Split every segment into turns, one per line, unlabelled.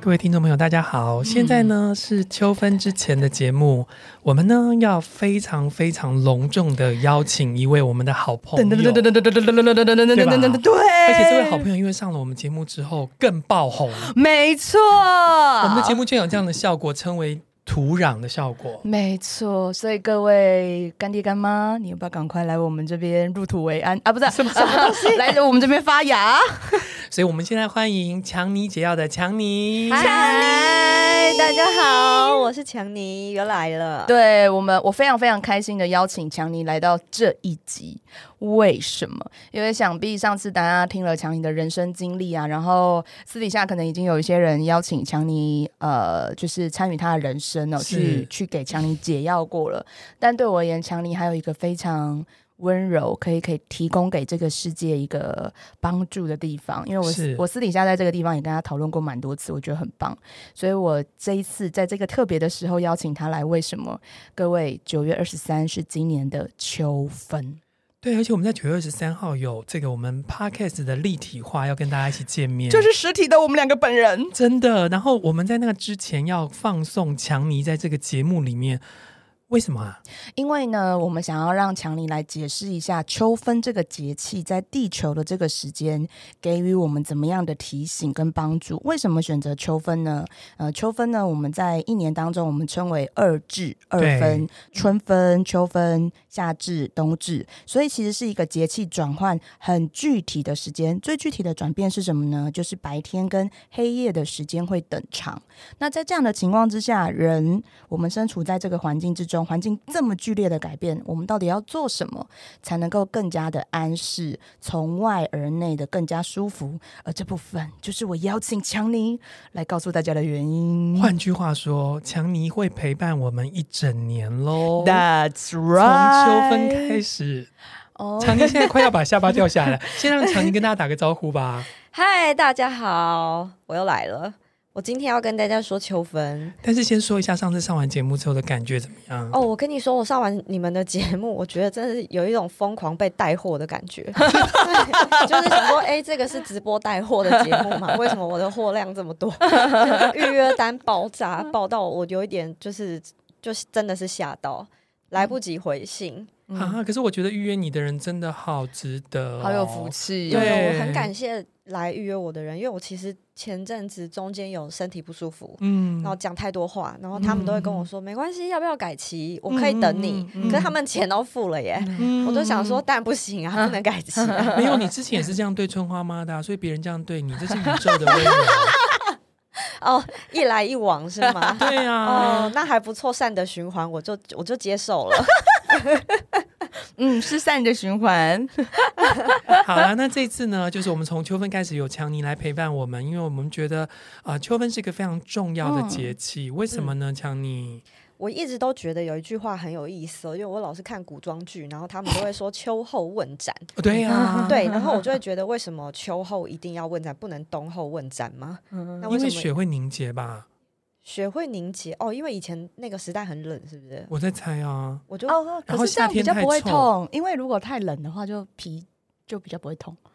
各位听众朋友，大家好！
嗯
现在呢、是秋分之前的节目，我们呢要非常非常隆重的邀请一位我们的好朋友，
噔噔噔噔噔噔噔噔噔
对吧
对，
而且这位好
友
朋友因为上了我们节目之后更爆红，
没错，
我
我
们的节目就有这样的效果，称为土壤的效果。
没错，所以各位干爹干妈，你要不要赶快来我们这边入土为安啊？不是什么什么东西， 来我们这边发芽。
所以我们现在欢迎强尼解药的强尼。
嗨，大家好，我是强尼，又来了。
对我们，我非常非常开心的邀请强尼来到这一集。为什么？因为想必上次大家听了强尼的人生经历啊，然后私底下可能已经有一些人邀请强尼，呃，就是参与他的人生哦，
是
去去给强尼解药过了。但对我而言，强尼还有一个非常。温柔可以可以提供给这个世界一个帮助的地方，因为我私
是
我私底下在这个地方也跟他讨论过蛮多次，我觉得很棒。所以我这一次在这个特别的时候邀请他来，为什么？各位，九月二十三是今年的秋分，
对，而且我们在九月二十三号有这个我们 podcast 的立体化，要跟大家一起见面，
就是实体的我们两个本人。
真的。然后我们在那个之前要放送强尼在这个节目里面，为什么啊？
因为呢，我们想要让强尼来解释一下秋分这个节气在地球的这个时间给予我们怎么样的提醒跟帮助。为什么选择秋分呢？呃，秋分呢，我们在一年当中我们称为二至二分，春分、秋分、夏至、冬至，所以其实是一个节气转换很具体的时间。最具体的转变是什么呢？就是白天跟黑夜的时间会等长。那在这样的情况之下，人我们身处在这个环境之中，环境这么剧烈的改变，我们到底要做什么才能够更加的安适，从外而内的更加舒服？而这部分就是我邀请强尼来告诉大家的原因。
换句话说，强尼会陪伴我们一整年喽。
That's
从
right，
秋分开始，
哦
强尼现在快要把下巴掉下来，先让强尼跟大家打个招呼吧。
嗨，大家好，我又来了。我今天要跟大家说秋分
但是先说一下上次上完节目之后的感觉怎么样？
哦。我跟你说，我上完你们的节目，我觉得真的是有一种疯狂被带货的感觉，对就是想说，哎、这个是直播带货的节目嘛？为什么我的货量这么多？预约单爆炸，爆到我有一点就是就是真的是吓到，来不及回信。
啊，可是我觉得预约你的人真的好值得、
嗯好有福。气
对
哦，
对，我很感谢来预约我的人，因为我其实前阵子中间有身体不舒服，
嗯
然后讲太多话，然后他们都会跟我说、没关系，要不要改期？我可以等
嗯
你。
嗯嗯
可是他们钱都付了耶，
嗯
我都想说，但不行啊，不能改期、啊。
没有，你之前也是这样对春花妈的、啊，所以别人这样对你，这是宇宙的 温柔。
哦，一来一往是 吗？
对啊，
哦，那还不错，善的循环，我就我就接受了。
嗯，是善的循环，
好啦，那这次呢，就是我们从秋分开始有强尼来陪伴我们，因为我们觉得啊、秋分是一个非常重要的
嗯
节气，为什么呢？强尼，
我一直都觉得有一句话很有意思、哦，因为我老是看古装剧，然后他们都会说秋后问斩，
哦对呀、啊，
对，然后我就会觉得为什么秋后一定要问斩，不能冬后问斩吗？那
因
为
为
什么
雪会凝结吧，
雪会凝结？哦，因为以前那个时代很冷，是不是？
我在猜啊。
我就
哦，
然
可
后
是这样
夏
比
天
较不会
太臭
痛，因为如果太冷的话，就皮就比较不会痛。
嗯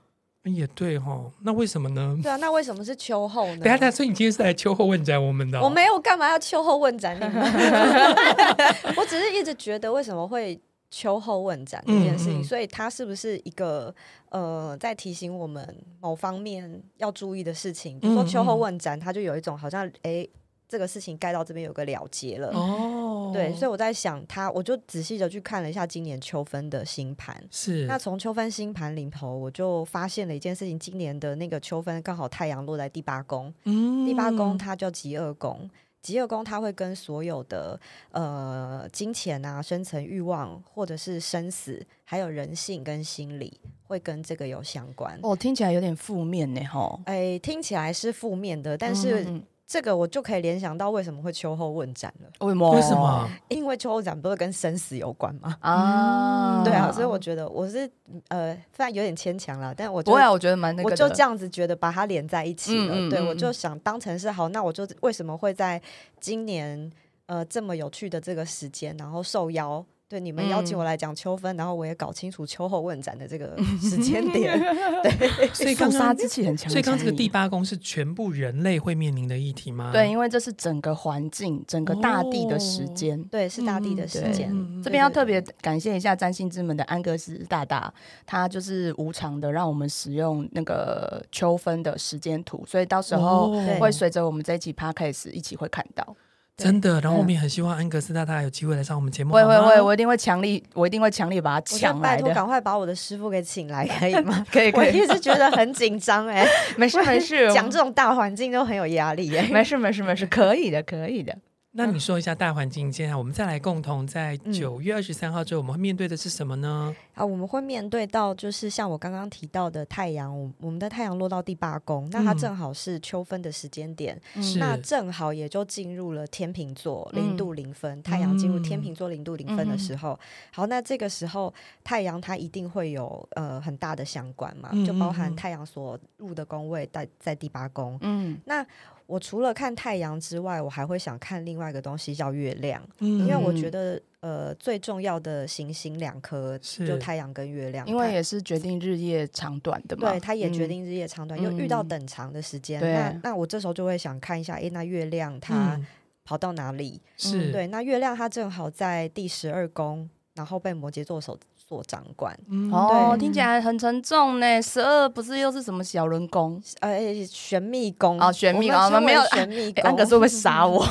也对哈，那为什么呢？
嗯
对啊，那为什么是秋后呢？
等一下，等一下，所以你今天是来秋后问斩我们的哦、
我没有干嘛要秋后问斩你 们？ 我只是一直觉得为什么会秋后问斩这件事情，
嗯嗯
所以它是不是一个呃，在提醒我们某方面要注意的事情？比如说
嗯嗯
秋后问斩，它就有一种好像诶，这个事情该到这边有个了结了。
哦，
对，所以我在想它，我就仔细的去看了一下今年秋分的星盘。
是
那从秋分星盘里头，我就发现了一件事情：今年的那个秋分刚好太阳落在第八宫，
嗯
第八宫它叫极恶宫，极恶宫它会跟所有的呃金钱啊、深层欲望，或者是生死，还有人性跟心理，会跟这个有相关。
哦哦，听起来有点负面呢，吼。
哎，听起来是负面的，但
嗯
是
嗯
这个我就可以联想到为什么会秋后问斩了，
为什么？
为什么？
因为秋后斩不是跟生死有关吗？
啊？
对啊，所以我觉得我是呃，虽然有点牵强了，但我就
不会啊，我觉得蛮那个
我
的，
就这样子觉得把它连在一起了。
嗯嗯
对，
嗯
我就想当成是好，那我就为什么会在今年呃这么有趣的这个时间，然后受邀。对，你们邀请
嗯
我来讲秋分，然后我也搞清楚秋后问斩的 这个时间点。对，
所以刚
肃杀
刚，
之气很强。
所以刚刚这个啊
强
第
力
八宫是全部人类会面临的议题吗？
对，因为这是整个环境、整个大地的时间。
对，是大地的时
对
间。
嗯
这边要特别感谢一下占星之门的安格斯大大，他就是无偿的让我们使用那个秋分的时间图，所以到时候
哦
会随着我们这一期 podcast 一起会看到。
真的。然后我们也很希望安格斯大大有机会来上我们节目，
嗯会
好
会
吗
会，我一定会强力，我一定会强力把它
我想
抢
拜
来
托，
的。
赶快把我的师傅给请来，可以 吗？
可以
我
可以，
一直觉得很紧张哎，
没事没事，
讲这种大环境都很有压力 哎、
没事没事没事，可以的可以的。
那你说一下大环境，接下来我们再来共同在
嗯
九月二十三号之后，我们会面对的是什么呢？
啊，我们会面对到就是像我刚刚提到的太阳，我我们的太阳落到第八宫，那它
嗯
正好是秋分的时间点，
嗯
是
那正好也就进入了天秤座
嗯
零度零分，太阳进入天秤座零度零分的
嗯
时候，好，那这个时候太阳它一定会有呃很大的相关嘛，
嗯
就包含
嗯嗯
太阳所入的宫位在在第八宫。
嗯，
那我除了看太阳之外，我还会想看另外一个东西叫月亮。
嗯
因为我觉
嗯
得呃最重要的行星两颗
是嗯
就太阳跟月亮，
因
它
为也是决定日夜长短的嘛。
对，它也决
嗯
定日夜长短，
嗯
又遇到等长的时间，
对
那那我这时候就会想看一下，诶，那月亮它
嗯
跑到哪里？
是
嗯对，那月亮它正好在第十二宫，然后被摩羯座所所掌管，
嗯
哦，
对
听起来很沉重呢。十二不是又是什么小人宫？
呃，诶玄秘宫
哦玄秘宫
我
我们
称为
没有
玄秘
哎
宫，
安格斯会不会杀我？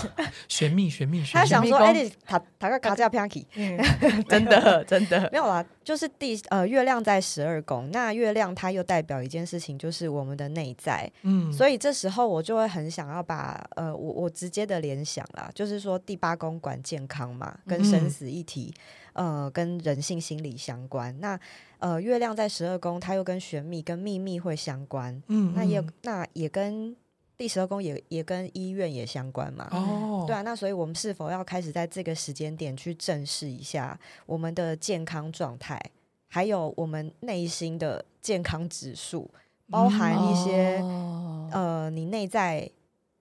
玄秘玄秘玄
他
秘，
想
秘
说，
宫
哎，你塔 塔个卡加皮亚奇，
嗯真的，真的。
没有啦，就是第呃月亮在十二宫，那月亮它又代表一件事情，就是我们的内在，
嗯
所
以
以这时候我就会很想要把呃，我我直接的联想啦，就是说第八宫管健康嘛，跟生
嗯
死一体，呃，跟人性心理相关。那呃，月亮在十二宫，它又跟玄秘、跟秘密会相关。
嗯
那也
嗯
那也跟第十二宫也也跟医院也相关嘛。
哦，
对啊，那所以我们是否要开始在这个时间点去正视一下我们的健康状态，还有我们内心的健康指数，包含
嗯
一些、
哦
呃，你内在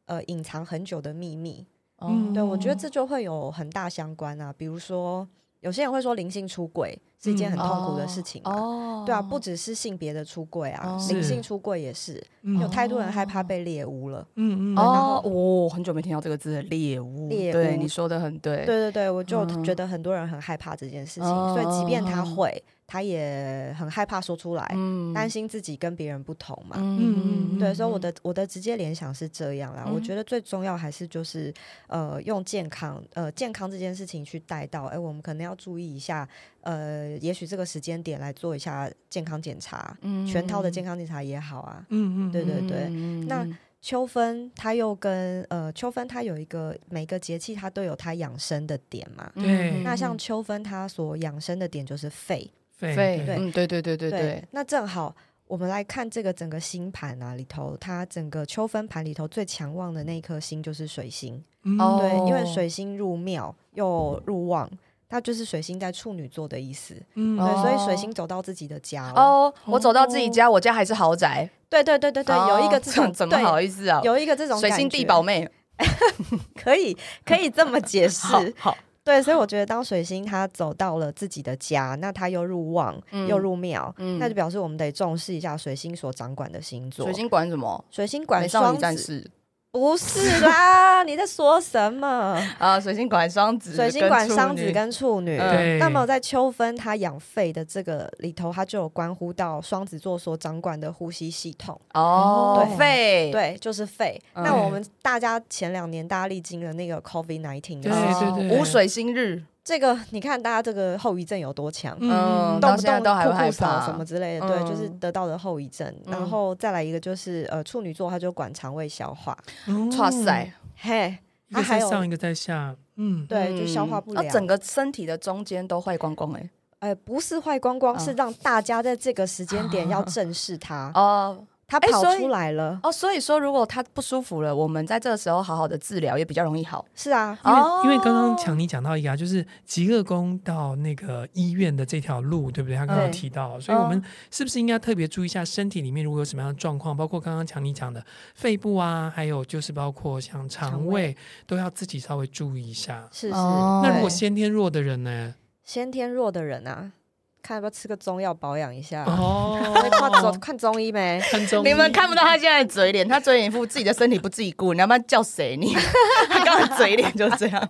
呃隐藏很久的秘密。
嗯
对，我觉得
哦
这就会有很大相关啊。比如说，有些人会说灵性出轨是一件很
嗯
痛苦的事情嘛。
哦
对啊，不只是性别的出轨啊，
哦
是
灵性出轨也是，
嗯
有太多人害怕被猎巫了。
嗯嗯
哦，我很久没听到这个字，猎物。
猎
对，
物
你说的很对。
对对对，我就
嗯
觉得很多人很害怕这件事情，
哦
所以即便
哦
他
哦
会，他也很害怕说出来，
嗯
担心自己跟别人不同嘛。
嗯
对，所以我的我的直接联想是这样啦。我
嗯
觉得最重要还是就是，呃，用健康，呃，健康这件事情去带到，哎、我们可能要注意一下，呃，也许这个时间点来做一下健康检查，
嗯
全套的健康检查也好啊。
嗯嗯，
对对对
嗯
那
嗯
秋分它又跟呃秋分它有一个每个节气它都有它养生的点嘛。
对
那像
嗯
秋分它所养生的点就是肺，
对
对
对
嗯，对对对对对，
那正好我们来看这个整个星盘啊里头，它整个秋分盘里头最强旺的那一颗星就是水星，
嗯
哦
对，因为水星入庙又入旺，它就是水星在处女座的意思，
嗯
对，
哦
所以水星走到自己的家了，
哦，我走到自己家，我家还是豪宅。
对对对对对，有一个
哦
这种
怎么好
对，
意思啊？
有一个这种
水
感
星地
觉
宝妹，
可以可以这么 解释，
好好，
对，所以我觉得当水星它走到了自己的家，那它又入旺、
嗯
又入庙，
嗯
那就表示我们得重视一下水星所掌管的星座。
水星管什么？
水星
美
管
少女
双
战
子，
士
不是 啦，你在说什么？
啊，水星管双子，
水星管双子跟处女，
嗯
对
那么在秋分它养肺的这个里头，它就有关乎到双子座所掌管的呼吸系统，
哦
对
肺，
对，就是肺。
嗯
那我们大家前两年大家历经了那个 COVID nineteen，哦
对对对
哦无水星日，
这个你看大家这个后遗症有多强，
嗯，
嗯
到
动不
现在
动
都还会
吐
害
吐
怕
少什么之类的，对，就是
嗯
得到的后遗症。
嗯
然后再来一个就是呃处女座，它就管肠胃消化，
哇
嗯
塞，，
嘿，
哦一个在上一个在下，嗯
对，就消化
嗯
不
那
良。
整个身体的中间都坏光光哎，
呃，不是坏光光，
啊
是让大家在这个时间点要正视它。
哦，
它
哎
跑
所以
出来了。
哦，所以说如果他不舒服了，我们在这个时候好好的治疗也比较容易好。
是啊，
因为、
哦
因为刚刚强尼讲到一个、啊，就是极乐宫到那个医院的这条路，对不对？他刚刚
对
提到，所以
嗯
我们是不是应该特别注意一下身体里面如果有什么样的状况，包括刚刚强尼讲的肺部啊，还有就是包括像肠
肠
胃，都要自己稍微注意一下。
是是。
哦
那
对
如果先天弱的人呢？
先天弱的人啊，看要不要吃个中药保养一 下。
哦，
会看中看中医没？
看中
你们
医
看不到他现在的嘴脸，他嘴脸一副自己的身体不自己顾，你要不然叫谁你？他刚刚嘴脸就这样。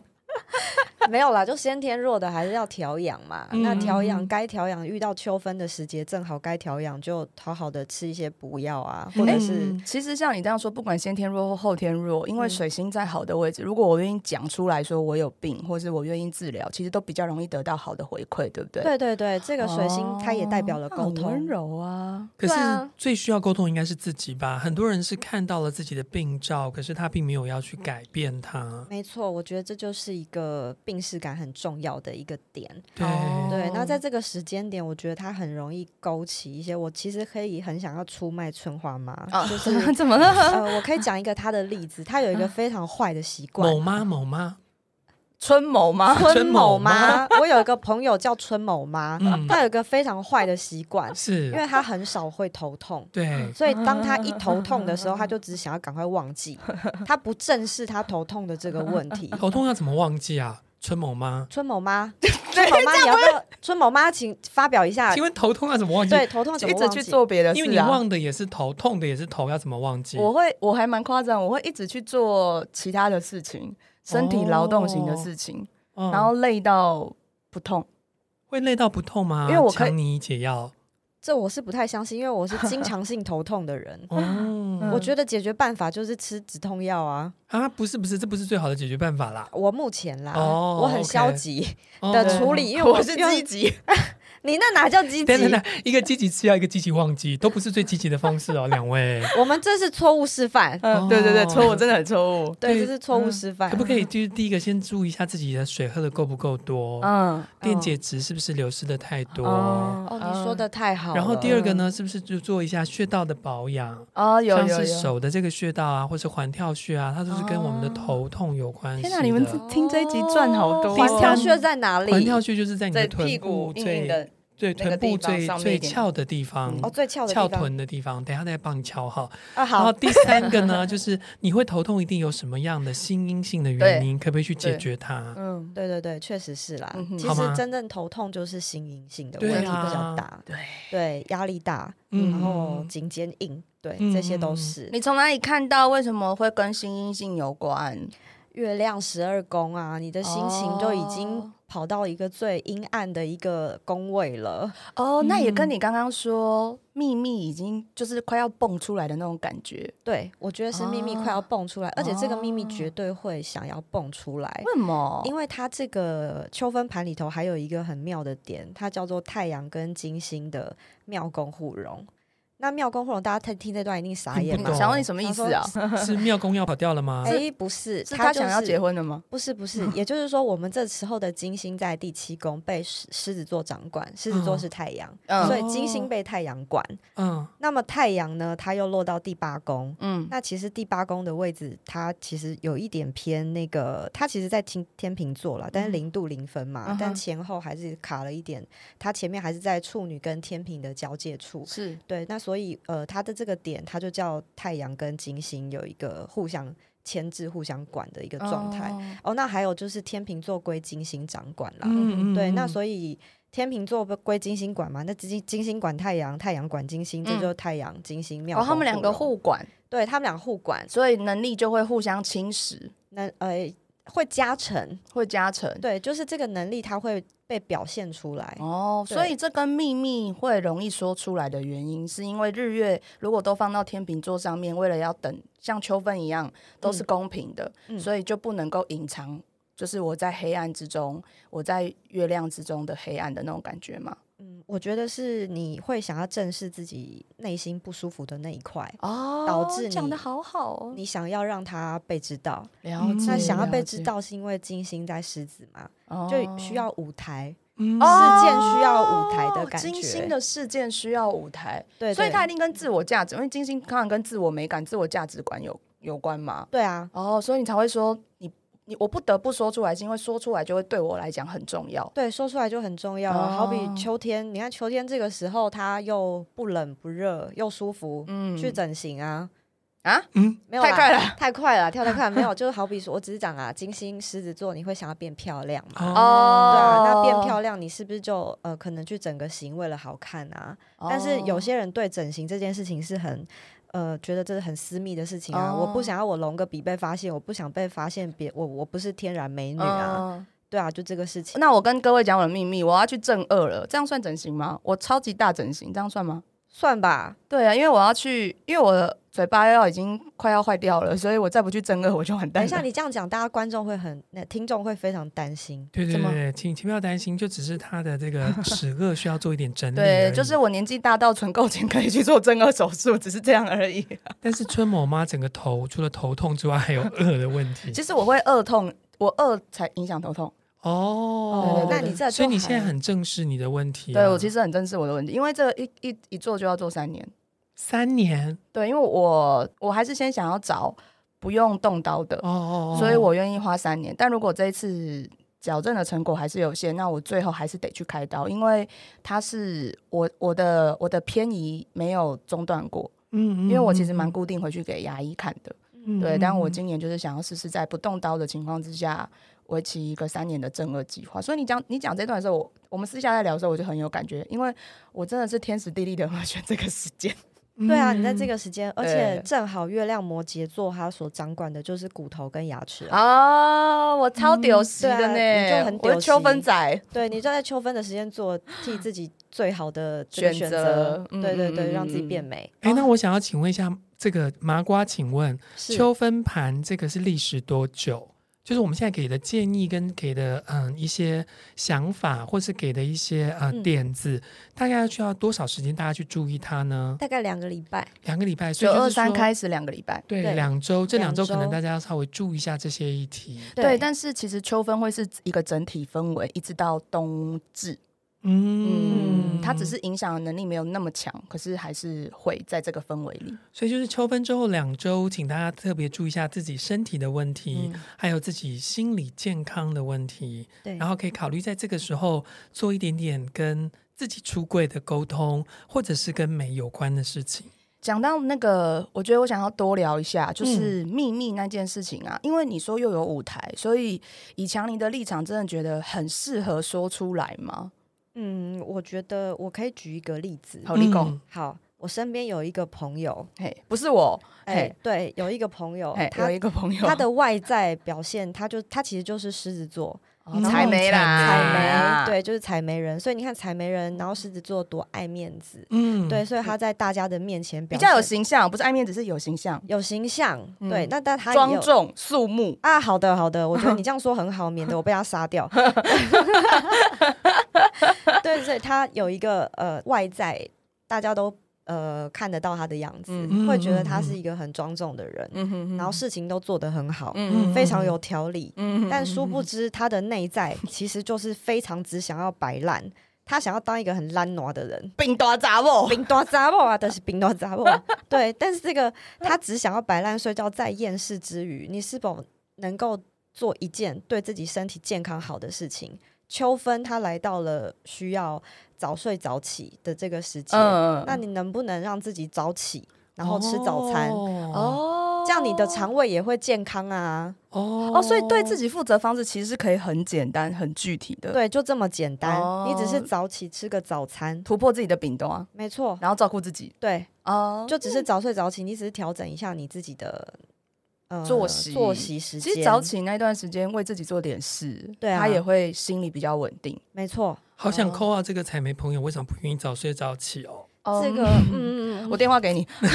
没有啦，就先天弱的还是要调养嘛。
嗯
那调养该调养，遇到秋分的时节正好该调养，就好好的吃一些补药啊，或者是
嗯
其实像你这样说，不管先天弱或后天弱，因为
嗯
水星在好的位置，如果我愿意讲出来说我有病，或是我愿意治疗，其实都比较容易得到好的回馈，对不对？，
对对对，这个水星它也代表
哦
了沟
很温
通。
柔 啊。
可
对啊
是最需要沟通应该是自己吧？很多人是看到了自己的病灶，可是他并没有要去改变它。
没错，我觉得这就是一个病视感很重要的一个点。
对，
哦
对，那在这个时间点，我觉得它很容易勾起一些我其实可以很想要出卖春花妈，
啊
就是
怎么怎么了？
呃，我可以讲一个他的例子，他有一
嗯
个非常坏的习惯。
某妈某妈，
春某吗？
春
春
某
某妈，我有一个朋友叫春某妈，
嗯
她有一个非常坏的习惯，因
是，嗯
为她很少会头痛，
嗯
对，
所以当她一头痛的时候，她就只想要赶快忘 记，她不正视她头痛的这个问题。
头痛要怎么忘记啊？春某妈，
春某 妈，春某妈，你要不要？春某妈，请发表一下
请，问头痛要怎么忘记？
对头痛
就
怎
一
么
直
忘
去
记？
做别的事
因为你
啊。
忘的也是头，痛的也是头，要怎么忘记？
我会，我还蛮夸张，我会一直去做其他的事情，身
哦
体劳动型的事情，
嗯
然后累到不痛。
会累到不痛吗？
因为我可以
强尼解药。。
这我是不太相信，因为我是经常性头痛的人
哦，
嗯
我觉得解决办法就是吃止痛药啊。
啊，不是不是，这不是最好的解决办法啦。
我目前啦，
哦
我很
OK
消极
哦
的
对
处理，因为
我是
因为
积极，
你那哪叫积极
等？等等，一个积极吃药，一个积极忘记，都不是最积极的方 式哦，两位。
我们这是错误示范，
嗯，对对对，错误真的很错误。
对，
对嗯
这是错误示范
可。不可以就是第一个先注意一下自己的水喝的够不够多，
嗯，
电解质是不是流失的太多？
哦，你说的太好了。
嗯然后第二个呢，是不是就做一下穴道的保养？
哦，有
像
有
是
有。
手的这个穴道啊，或是环跳穴啊，它都是跟我们的头痛有关系的。
天哪，你们只听这一集赚好多
哦
哦，
环跳
第
穴在哪里？
环跳穴就是在你
在
的臀
屁股
部
硬硬
最
的，
对
那个
臀
地
部
方
最
上面
最
一点
翘的地方
嗯
哦，，最翘的
翘
地方
臀的地方，等一下再帮你敲好。
啊，
然
好
后，第三个 呢，就是你会头痛一定有什么样的心因性的原因，可不可以去解决它？
嗯，
对对对，确实是啦
嗯。哼
其
好吗
实真正头痛就是心因性的
对
问
啊
题比较大，
对。
对，压力大，
嗯
然后
哦
颈肩硬，对
嗯，
这些都是。
你从哪里看到为什么会跟心因性有关？
月亮十二宫啊，你的心情就已
哦
经跑到一个最阴暗的一个宫位了。
哦，那也跟你刚刚说秘密已经就是快要蹦出来的那种感觉，
对，我觉得是秘密快要蹦出来，而且这个秘密绝对会想要蹦出来。
为什么？
因为它这个秋分盘里头还有一个很妙的点，它叫做太阳跟金星的妙宫互融。那妙宫互融，大家听听这段一定傻眼
听不
嘛
懂？啊
想问你什么意思啊？
是妙公要跑掉了吗？
哎，不是，
是他
就
想要
是
结？婚了吗？
不是，不是，也就是说，我们这时候的金星在第七宫被狮狮子座掌管，狮子座
嗯
是太阳，
嗯
所以金星被太阳管。
嗯，
那么太阳呢，它又落到第八宫，
嗯，
那其实第八宫的位置，它其实有一点偏那个，它其实在天天秤座了，但是零度零分嘛，
嗯哼
但前后还是卡了一点，它前面还是在处女跟天平的交界处。
是
对，那所以呃，它的这个点，它就叫太阳跟金星有一个互相牵制、互相管的一个状态。哦
哦
那还有就是天秤座归金星掌管啦，
嗯
对，那
以
所以。天秤座归金星管嘛，那金金星管太阳，太阳管金星，这
嗯
就是太阳金星妙
哦，
宫融。
他们两个互管，
对他们俩互管，
所以能力就会互相侵蚀，
能呃会加成，
会加成。
对，就是这个能力它会被表现出来。
哦，
对
所以这跟秘密会容易说出来的原因，是因为日月如果都放到天秤座上面，为了要等像秋分一样都是公平的，
嗯
所以就不能够隐藏，就是我在黑暗之中，我在月亮之中的黑暗的那种感觉嘛。
嗯，我觉得是你会想要正视自己内心不舒服的那一块，
哦
导致你
讲的好好哦，嗯
你想要让它被知道。
了解，
嗯那想要
了
被
解
知，道，是因为金星在狮子嘛，
哦
就需要舞台，
嗯
事件需要舞台的感觉。
哦金星的事件需要舞台，
对，对
所以它一定跟自我价值，因为金星当然跟自我美感、自我价值观有有关嘛。
对啊，
哦，所以你才会说你你我不得不说出来，是因为说出来就会对我来讲很重要。
对，说出来就很重要啊。
哦
好比秋天，你看秋天这个时候，它又不冷不热，又舒服，
嗯
去整形啊，
啊，
嗯，
没有啦
太快了
太快了，跳太快了，没有，就是好比说，我只是讲啊，金星狮子座，你会想要变漂亮嘛？
嗯哦
哦
对啊，那变漂亮，你是不是就呃，可能去整个形为了好看啊？但是
哦
有些人对整形这件事情是很。呃，觉得这是很私密的事情啊！我
哦
不想要我隆个鼻被发现，我不想被发现别我我不是天然美女啊！
嗯
对啊，就这个事情。
那我跟各位讲我的秘密，我要去正二了，这样算整形吗？我超级大整形，这样算吗？
算吧，
对啊，因为我要去，因为我的嘴巴要已经快要坏掉了，所以我再不去正二我就完蛋
等
了。
一下你这样讲，大家观众会很，那听众会非常担心。
对对
怎么
对，请请不要担心，就只是他的 这个齿颚需要做一点整理而
对，
已
就是我年纪大到存够钱可以去做正颌手术，只是这样而已。
但是春某妈整个头除了头痛之外，还有颚的问 题。
其实我会饿痛，我饿才影响头痛。
哦，
对对对
那你这
所以
就
你现在
还
很正视你的问题啊、
对我其实很正视我的问题，因为这个一一一做就要做三年。
三年
对，因为我我还是先想要找不用动刀的，
哦哦，哦
所以我愿意花三年。但如果这一次矫正的成果还是有限，那我最后还是得去开刀，因为它是我我的我的偏移没有中断过，
嗯，嗯
因为我其实蛮
嗯
固定回去给牙医看的。
嗯
对，
嗯
但我
嗯
今年就是想要试试在不动刀的情况之下，为期一个三年的正二计划。所以你讲你讲这段的时候，我我们私下在聊的时候，我就很有感觉，因为我真的是天时地利人和选这个时间。
嗯
对啊，你在这个时间，而且
对
正好月亮摩羯座它所掌管的就是骨头跟牙齿啊。
哦，我超丢
戏的呢
我
我是
秋
秋
分
分
仔，
对，你就在秋分的时间做替自己最好的这个
选
选
择
择，
嗯
对对
嗯
对，
嗯
让自己
嗯
变美。
哎，那我想要请问一下，这个麻瓜，请问
是
秋分盘这个是历时多久？就是我们现在给的建议跟给的嗯一些想法，或是给的一些呃
嗯
点子，大概要需要多少时间大家去注意它呢？
大概两个礼拜，
两个礼拜，所
九
以就是
二三
说
开始两个礼拜。
对
对
两周，这两
两
周可能
周
大家要稍微注意一下这些议题。
对，但是其实秋分会是一个整体氛围，一直到冬至，嗯，
嗯，
它只是影响的能力没有那么强，可是还是会在这个氛围里。
所以就是秋分之后两周，请大家特别注意一下自己身体的问题，
嗯
还有自己心理健康的问题，
对
然后可以考虑在这个时候做一点点跟自己出柜的沟通，或者是跟美有关的事情。
讲到那个，我觉得我想要多聊一下，
嗯
就是秘密那件事情啊，因为你说又有舞台，所以以强尼的立场，真的觉得很适合说出来吗？
嗯，我觉得我可以举一个例子。
好立功，
好，我身边有一个朋友，
嗯嘿，不是我，
哎
嘿，，
对，有一个朋友
嘿，，有
哦他
一个朋友，
他的外在表现，他就他其实就是狮子座，
哦
然后
采梅啦，
采梅，，对，就是采梅人。所以你看采梅人，然后狮子座多爱面子，
嗯，
对，，所以他在大家的面前
比
表
较有
现
形象，不是爱面子，是有形象，
有形象，
嗯
对。那但他也
庄
有
重肃穆。
啊，好的好的，我觉 得你这样说很好，免得我被他杀掉。 对，所以他有一个呃外在，大家都呃看得到他的样子，
嗯
会觉得他
嗯
是一个很庄重的人，
嗯哼哼
然后事情都做得很好，
嗯
非常有条理。
嗯，
但殊不知他的内在其实就是非常只想要摆烂，他想要当一个很懒惰的人
冰多杂我，
冰多杂货啊，但是冰多杂货。对，但是这个他只想要摆烂睡觉，在厌世之余，你是否能够做一件对自己身体健康好的事情？秋分他来到了需要早睡早起的这个时节，
嗯
那你能不能让自己早起，然后吃早餐？
哦
哦
这样你的肠胃也会健康啊，
哦
哦，所以对自己负责方式其实是可以很简单、很具体的，，
对，就这么简单。
哦
你只是早起吃个早餐，
突破自己的饼多啊。
没错，
然后照顾自己
对，
哦
就只是早睡早起，你只是调整一下你自己的呃
作息
作息时
其
间。
实早，起那段时间为自己做点事，
对啊
他也会心里比较稳定。
没错，
好想
哦
扣啊，这个采梅朋友为什么不愿意早睡早起哦？
这个
嗯
嗯，嗯
我电话给你，
嗯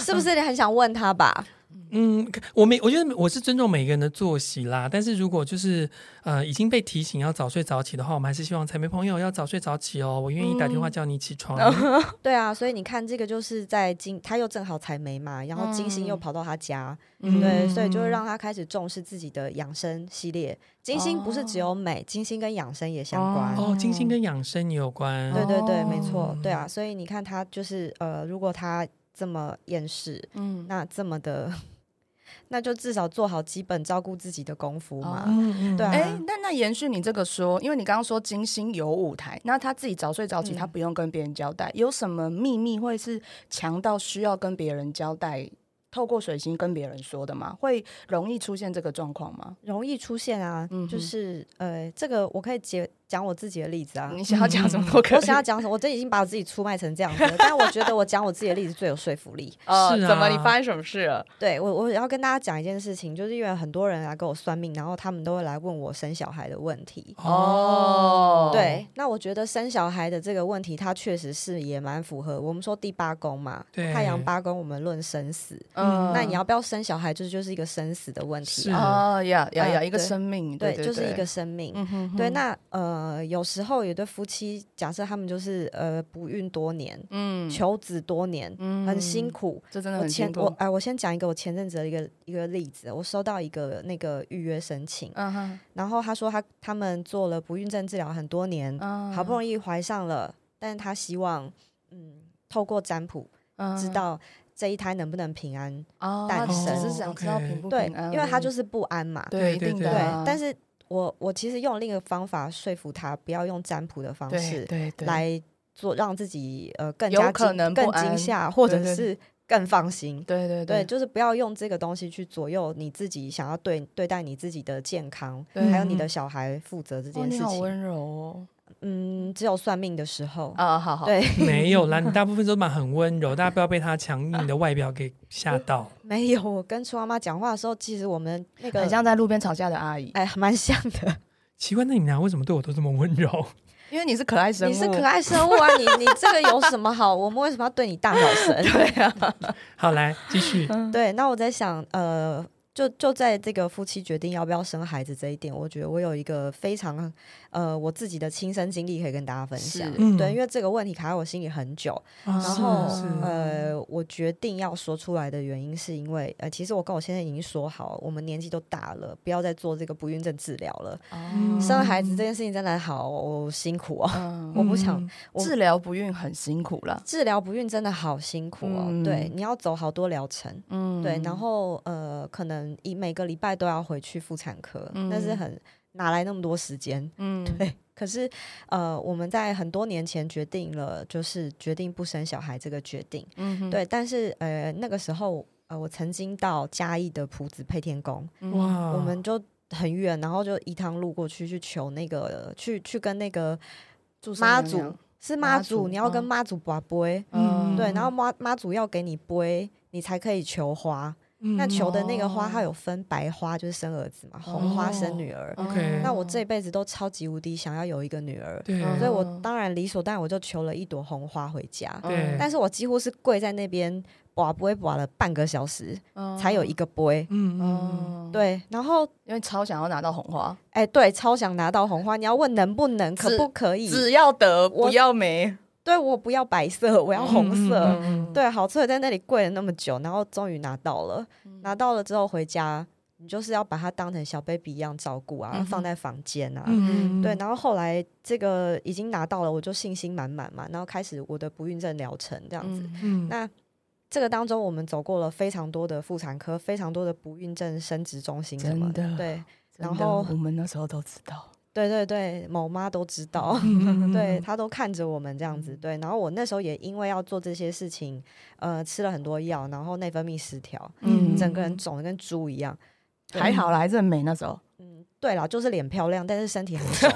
是不是你很想问他吧？
嗯，我没，我觉得我是尊重每个人的作息啦。但是如果就是呃已经被提醒要早睡早起的话，我们还是希望才媒朋友要早睡早起哦。我愿意打电话
嗯
叫你起床。
对啊，所以你看这个就是在金，他又正好采梅嘛，然后金星又跑到他家，
嗯
对，所以就会让他开始重视自己的养生系列。金星不是只
哦
有美，金星跟养生也相关。
哦，金星跟养生也有关。
对对对，
哦
没错，对啊，所以你看他就是呃，如果他这么厌世，
嗯，
那这么的， 那就至少做好基本照顾自己的功夫嘛。
哦
嗯嗯
对啊
哎、那那延续你这个说，因为你刚刚说金星有舞台，那他自己早睡早起，
嗯
他不用跟别人交代，有什么秘密会是强到需要跟别人交代？透过水星跟别人说的吗？会容易出现这个状况吗？
容易出现啊，
嗯哼
就是呃，这个我可以解讲我自己的例子啊。
你想要讲什么都嗯
嗯
可以。
我想要讲什么？我这已经把我自己出卖成这样子了，但我觉得我讲我自己的例子最有说服力。
呃，
是啊
怎么你发生什么事了？
对我，我要跟大家讲一件事情，就是因为很多人来跟我算命，然后他们都会来问我生小孩的问题。
哦
对，那我觉得生小孩的这个问题，它确实是也蛮符合我们说第八宫嘛，
对
太阳八宫，我们论生死。
嗯
那你要不要生小孩，就是就是一个生死的问题
是
啊。
哦，呀呀呀，
嗯
一个
对
生命，
对，
对，
就是一个
对，
生命。
嗯哼哼
对，那呃，有时候有对夫妻，假设他们就是呃不孕多年，
嗯
求子多年，
嗯
很辛，苦。
这真的
我
很
前
辛苦
我哎、我先讲一个我前阵子的一个一个例子，我收到一个那个预约申请，
嗯哼，
然后他说他他们做了不孕症治疗很多年，
嗯
好不容易怀上了，但是他希望嗯透过占卜
易
知道这一胎能不能平安，
嗯哦，他
诞
只
生
是想知道
OK
平不
对
平安，，
因为他就是不安嘛，
对
对
一
对
定
对
的
对
啊，，
但
是
是我我其实用另一个方法说服他，不要用占卜的方
对
式
对对，
来做，让自己呃更
有
加
可
惊
能不
更
安
惊吓，或者
对对
是更放心。
对对
对，
对
就是不要用这个东西去左右你自己想要对对待你自己的健康，
对
还有你的小孩负责这
哦，
件
你
事
好
情。
温柔哦，
嗯，只有算命的时候，
啊，好好，
对，
没有啦，你大部分都蛮很温柔，大家不要被他强硬的外表给吓到。
没有。我跟厨妈妈讲话的时候，其实我们那个
很像在路边吵架的阿姨，
哎，蛮像的。
奇怪，那你们俩为什么对我都这么温柔？
因为你是可爱生物，
你是可爱生物啊，你你这个有什么好？我们为什么要对你大小声？对
好，来继续。
对，那我在想，呃，就就在这个夫妻决定要不要生孩子这一点，我觉得我有一个非常呃我自己的亲身经历可以跟大家分享
是。
嗯
对，因为这个问题卡在我心里很久，
然
然后
啊是
呃，我决定要说出来的原因是因为，呃，其实我跟我先生已经说好，我们年纪都大了，不要再做这个不孕症治疗了。
哦，
生孩子这件事情真的好辛苦哦，
嗯
我不想
嗯
我
治疗不孕很辛苦了，
治疗不孕真的好辛苦哦。
嗯
对，你要走好多疗程。
嗯
对，然后呃，可能一每个礼拜都要回去妇产科，那是
嗯
很哪来那么多时间？
嗯，
对，可是呃，我们在很多年前决定了，就是决定不生小孩这个决定。
嗯哼，
对，但是呃，那个时候呃，我曾经到嘉义的埔子配天宫，
嗯，
哇，
我们就很远，然后就一趟路过去去求那个去去跟那个
祝生
妈
娘
祖
娘，
是
妈
妈祖，
祖
你要跟
嗯
妈祖拔杯，
嗯
对，然后妈妈祖要给你杯，你才可以求花。那
嗯
球的那个花，
哦
它有分白花就是生儿子嘛，红花生女儿。
哦
OK
嗯那我这辈子都超级无敌想要有一个女儿，
对，
嗯
所以我
哦
当然理所当然我就求了一朵红花回
嗯
家。
对
但是我几乎是跪在那边拔不会拔了半个小时，
嗯
才有一个杯。
嗯嗯，
哦，
对，然后
因为超想要拿到红花，
哎，对，超想拿到红花，你要问能不能，可
只
不可以？
只要得
我
不要没，
对我不要白色，我要
嗯
红
嗯
色。
嗯
对，好，所以在那里跪了那么久，然后终于拿到了。
嗯
拿到了之后回家，你就是要把它当成小 baby 一样照顾啊，
嗯哼
放在房间啊。
嗯
对，然后后来这个已经拿到了，我就信心满满嘛，然后开始我的不孕症疗程这样子。
嗯
嗯
那这个当中，我们走过了非常多的妇产科，非常多的不孕症生殖中心什么
真的
对
真
然
的
后
我们那时候都知道，
对对对，某妈都知道。
嗯
对，他都看着我们这
嗯
样子，对。然后我那时候也因为要做这些事情，呃，吃了很多药，然后内分泌失调，
嗯
整个人肿的跟猪一样。对
还好啦，还是很美那时候，
嗯，对啦，就是脸漂亮，但是身体很肿。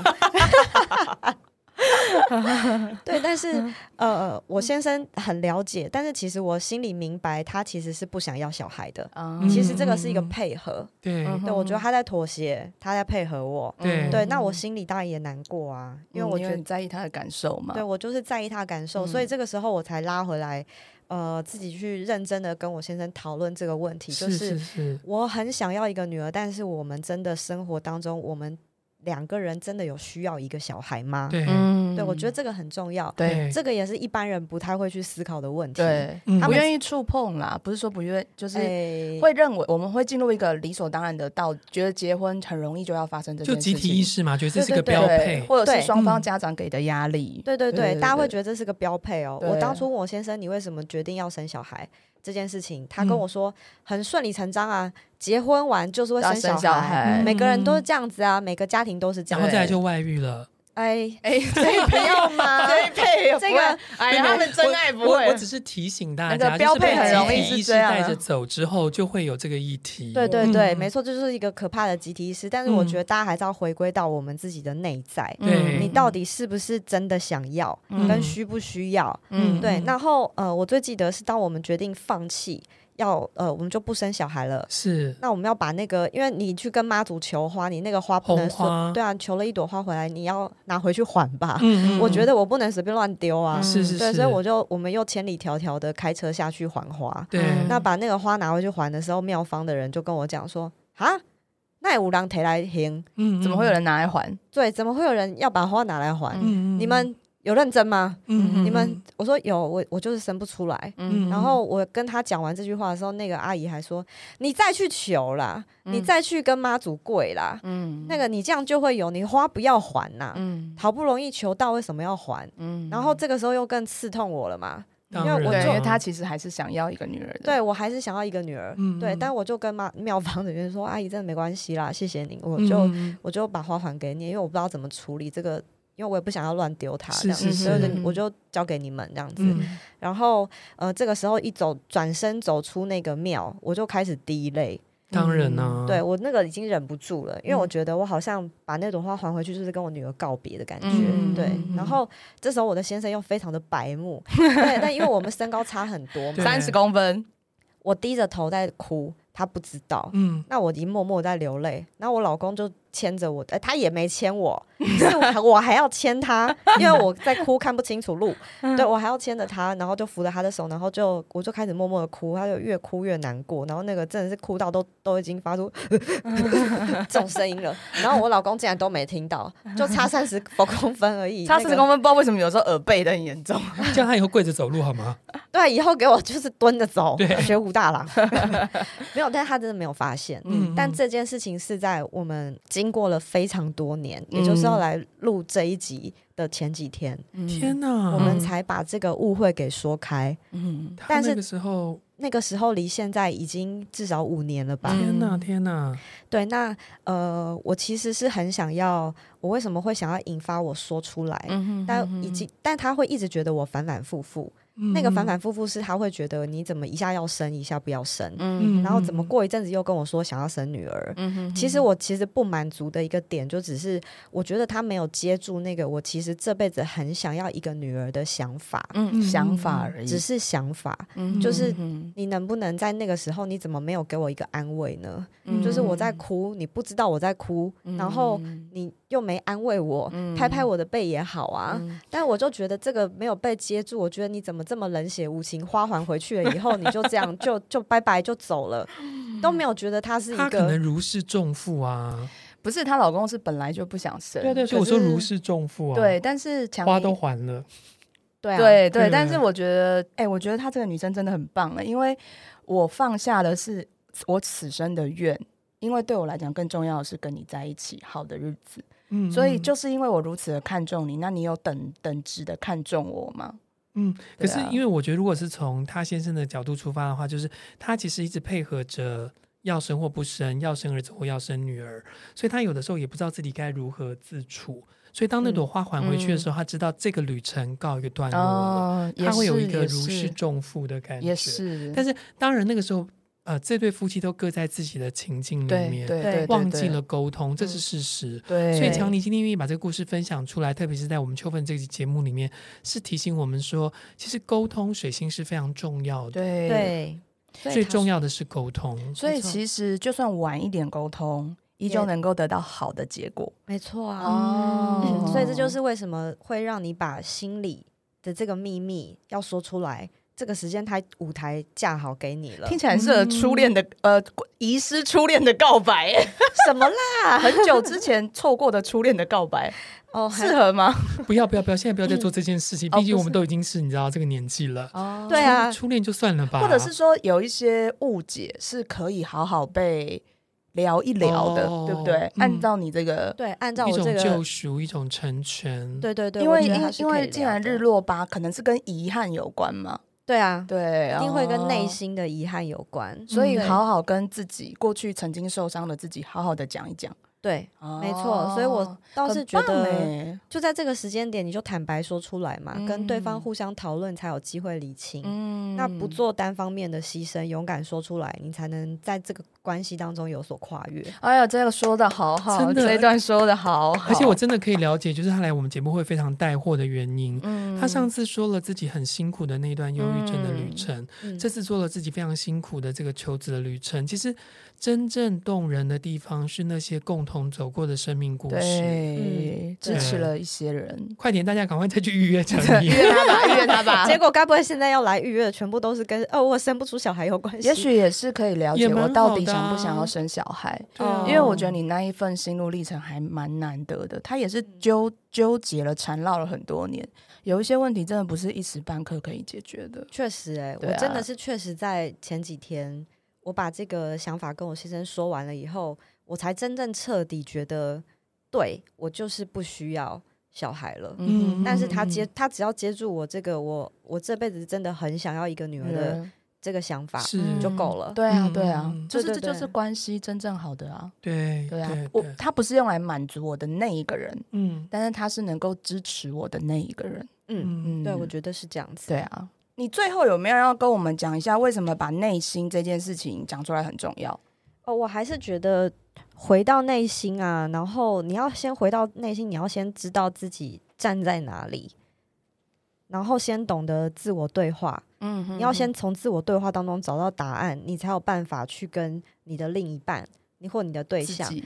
对，但是
嗯
呃，我先生很了解，但是其实我心里明白，他其实是不想要小孩的。
嗯
其实这个是一个配合，
对
嗯嗯
对我觉得他在妥协，他在配合我。
对
对，那我心里当然也难过啊，因为我觉得
你在意他的感受嘛
对，我就是在意他的感受，
嗯
所以这个时候我才拉回来，呃，自己去认真的跟我先生讨论这个问题，就是
是是，
我很想要一个女儿，但是我们真的生活当中，我们两个人真的有需要一个小孩吗？
对
嗯
对，我觉得这个很重要，
对
这个也是一般人不太会去思考的问题。哎
对，
嗯
他
不
们
愿意触碰啦，不是说不愿，就是
哎，
会认为我们会进入一个理所当然的道，觉得结婚很容易就要发生这
就
件事
集
情，
体意识嘛，觉得这是
对
个
对
标
对
配，
或者是
对
双方
嗯
家长给的压力。
对对
对
对，
对
大家会
对
觉得这是个标配哦。
对
我当初问我先生，你为什么决定要生小孩这件事情，他跟
嗯
我说、很顺理成章啊，结婚完就是会
要
生
生
小
小孩
每个人都是
嗯
这样子啊，每个家庭都是这
然
样
后
子。
再来就外遇了。
哎，
哎，这一
不要 吗？
这一配也不会
这个，
哎呀，
没有
他们真爱不
我
会
我。只是提醒大
那
家，
个标配
很容易
就是被集体
是
意识
这样啊
带着走之后，就会有这个议题。
对对对，
嗯
没错，这就是一个可怕的集体意识。但是我
嗯
觉得大家还是要回归到我们自己的内在，
对
你到底是不是真的想要，
嗯
跟需不需要？
嗯
对，然后呃，我最记得是当我们决定放弃，要呃，我们就不生小孩了。
是
那我们要把那个，因为你去跟妈祖求花，你那个花不能
红花
说，对啊，求了一朵花回来，你要拿回去还吧。
嗯
啊我觉得我不能随便乱丢啊，
嗯
是是是，
对，所以我就我们又千里迢迢的开车下去还花。
对
嗯
那把那个花拿回去还的时候，妙方的人就跟我讲说：“啊，那五郎提来行，
嗯
怎么会有？人拿来还？
对，怎么会有人要把花拿来还？
嗯
你们有认真吗？
嗯
你们，我说有，我我就是生不出来。
嗯
然后我跟他讲完这句话的时候，那个阿姨还说：“你再去求啦，你
嗯
再去跟妈祖跪啦，
嗯
那个你这样就会有，你花不要还呐、
嗯
好不容易求到，为什么要还？
嗯
然后这个时候又更刺痛我了嘛，
当
因为我
对，
然
因
啊
为他其实还是想要一个女儿的。
对我还是想要一个女儿，
嗯
对，
嗯
但我就跟妈妙方的人说，阿姨真的没关系啦，谢谢您，我
嗯
就、
嗯
我就把花还给你，因为我不知道怎么处理这个，因为我也不想要乱丢它，这
是
样子，
是
所以我
是
就我就交给你们这样子。
嗯
然后呃，这个时候一走转身走出那个庙，我就开始滴泪，
当然啊呢，
嗯对我那个已经忍不住了，因为我
嗯
觉得我好像把那朵花还回去，就是跟我女儿告别的感觉。
嗯
对，然后这时候我的先生又非常的白目，对，但因为我们身高差很多嘛
对，
三十公分，
我低着头在哭，他不知道。
嗯
那我已经默默在流泪，然后我老公就牵着我，呃，他也没牵 我，是我我还要牵他，因为我在哭看不清 楚路，对
嗯
我还要牵着他，然后就扶着他的手，然后就我就开始默默的哭，他就越哭越难过，然后那个真的是哭到都都已经发出
嗯
这种声音了，然后我老公竟然都没听到，就差三十 公分而已，
差四十公分，不知道为什么有时候耳背的很严重。
这样他以后跪着走路好吗？
对，以后给我就是蹲着走
对，
学武大 郎。没有，但是他真的没有发现。
嗯
但这件事情是在我们经过了非常多年，
嗯
也就是要来录这一集的前几天，
天哪，
嗯我们才把这个误会给说开。
嗯，
他
但是
那个时候，
那个时候离现在已经至少五年了吧？
嗯
天哪天哪，
对，那呃，我其实是很想要，我为什么会想要引发我说出来？
嗯嗯
但哎已经，但他会一直觉得我反反复复。
嗯
那个反反复复是他会觉得你怎么一下要生，一下不要生。
嗯
然后怎么过一阵子又跟我说想要生女儿。
嗯
其实我其实不满足的一个点，就只是我觉得他没有接住那个我其实这辈子很想要一个女儿的想法，
嗯想法而已，
只是想法。
嗯
就是
嗯
你能不能在那个时候，你怎么没有给我一个安慰呢？
嗯
就是我在哭，你不知道我在哭，然后你又没安慰我，
嗯
拍拍我的背也好啊。
嗯
但我就觉得这个没有被接住，我觉得你怎么这么冷血无情？花还回去了以后，你就这样就就拜拜就走 了，都没有觉得他是一
他可能
个。
如释重负啊，
不是她老公是本来就不想生，
对对，所
可
以我说
是
如释重负啊，
对，，但是强
花
尼
都还了，
对啊，
对
对
对，但是我觉得，哎、我觉得她这个女生真的很棒了，因为我放下的是我此生的愿，因为对我来讲更重要的是跟你在一起好的日子，
嗯
所以
嗯
就是因为我如此的看重你，那你有等等值的看重我吗？
嗯，可
对
是
啊
因为我觉得，如果是从他先生的角度出发的话，就是他其实一直配合着要生或不生，要生儿子或要生女儿，所以他有的时候也不知道自己该如何自处。所以当那
嗯
朵花还回去的时候，他知道这个旅程告一个段落了，
哦，也
哎他会有一
是
个
也
如释
是
重负的感觉。
也是，
但是当然那个时候呃，这对夫妻都各在自己的情境里
对
面，
对
对
对，
忘记了沟通，这是事实。
对，
所以强尼今天愿意把这个故事分享出来，特别是在我们秋分这期节目里面，是提醒我们说，其实沟通水星是非常重要的，
对。
对，
最重要的是沟通。
所以
没错
其实就算晚一点沟通，依旧
也
能够得到好的结果。
没错啊。
哦
所以这就是为什么会让你把心里的这个秘密要说出来。这个时间台舞台架好给你了
听，起来很适合初恋的、呃，遗失初恋的告白，
什么 啦？
很久之前错过的初恋的告 白，
哦，还
适合吗？
不要不要不要，现在不要再做这件事情，
哦
毕竟
不
我们都已经是你知道这个年纪了。
哦
对啊
初初恋就算了吧，
或者是说有一些误解是可以好好被聊一聊的，
哦
对不对？
嗯
按照你这个，
对，按照
一
我这
种
个，
救赎，一种成全。
对对对，
因为
我觉得
因
它是
因
可以
为既然
聊的
日落吧，可能是跟遗憾有关嘛，
对啊，
对，
一定会跟内
哦。
心的遗憾有关，
所以
对
好好跟自己过去曾经受伤的自己好好的讲一讲，
对，没
哦
错。所以我倒是觉
很棒
得，
欸
就在这个时间点，你就坦白说出来嘛，跟对方
嗯
互相讨论才有机会理清。
嗯
那不做单方面的牺牲，勇敢说出来，你才能在这个关系当中有所跨越。
哎呀，这个说的好好，
真的
这一段说的好好，
而且我真的可以了解，就是他来我们节目会非常带货的原因。
嗯
他上次说了自己很辛苦的那段忧郁症的旅程，
嗯
这次做了自己非常辛苦的这个求职的旅程。其实真正动人的地方是那些共同走过的生命故事。
对
嗯
支
对
持了一些人，
快点，大家赶快再去 预约成
预
立。
约他吧，预约他 吧，
结果该不会现在要来预约的全部都是跟哦我生不出小孩有关系？
也许也是可以了解
也蛮
我到底
好的啊
想不想要生小孩，
对啊
因为我觉得你那一份心路历程还蛮难得的，他也是
嗯
纠纠结了、缠绕了很多年，有一些问题真的不是一时半刻可以解决的。
确实、欸，哎、
对
我
啊
真的是确实在前几天，我把这个想法跟我先生说完了以后，我才真正彻底觉得，对我就是不需要小孩了。
嗯
但是他接，他只要接住我这个，我我这辈子真的很想要一个女儿的
嗯
这个想法，
是
嗯
就够了
对啊，
嗯
对啊
嗯，
就是
对
这
对
就
对
是关系真正好的啊。
对
对啊，我
对，
他不是用来满足我的那一个人，
嗯
但是他是能够支持我的那一个人。
嗯，
嗯，
嗯，
对，我觉得是这样子。
对啊。你最后有没有要跟我们讲一下，为什么把内心这件事情讲出来很重要？
哦，我还是觉得回到内心啊，然后你要先回到内心，你要先知道自己站在哪里，然后先懂得自我对话，
嗯哼
你要先从自我对话当中找到答案，你才有办法去跟你的另一半，你或你的对
自
象，
己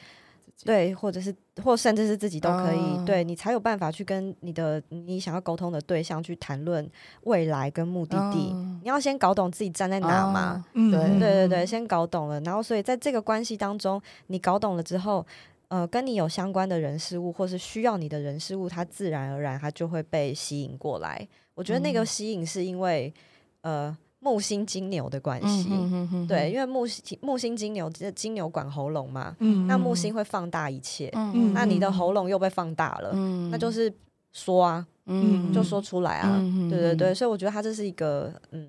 对，或者是或甚至是自己都可以，
哦
对你才有办法去跟你的你想要沟通的对象去谈论未来跟目的地。
嗯
你要先搞懂自己站在哪嘛，
哦
嗯
对
嗯
对对对，先搞懂了，然后所以在这个关系当中，你搞懂了之后，呃，跟你有相关的人事物，或是需要你的人事物，它自然而然它就会被吸引过来。我觉得那个
嗯
吸引是因为、呃木星金牛的关系，
嗯哼哼
对，，因为木星木星金牛，这金牛管喉咙嘛，
嗯
那木星会放大一切，
嗯
那你的喉咙又被放大了，
嗯
那就是说啊，
嗯
就说出来啊，
嗯
对对对，，所以我觉得它这是一个嗯，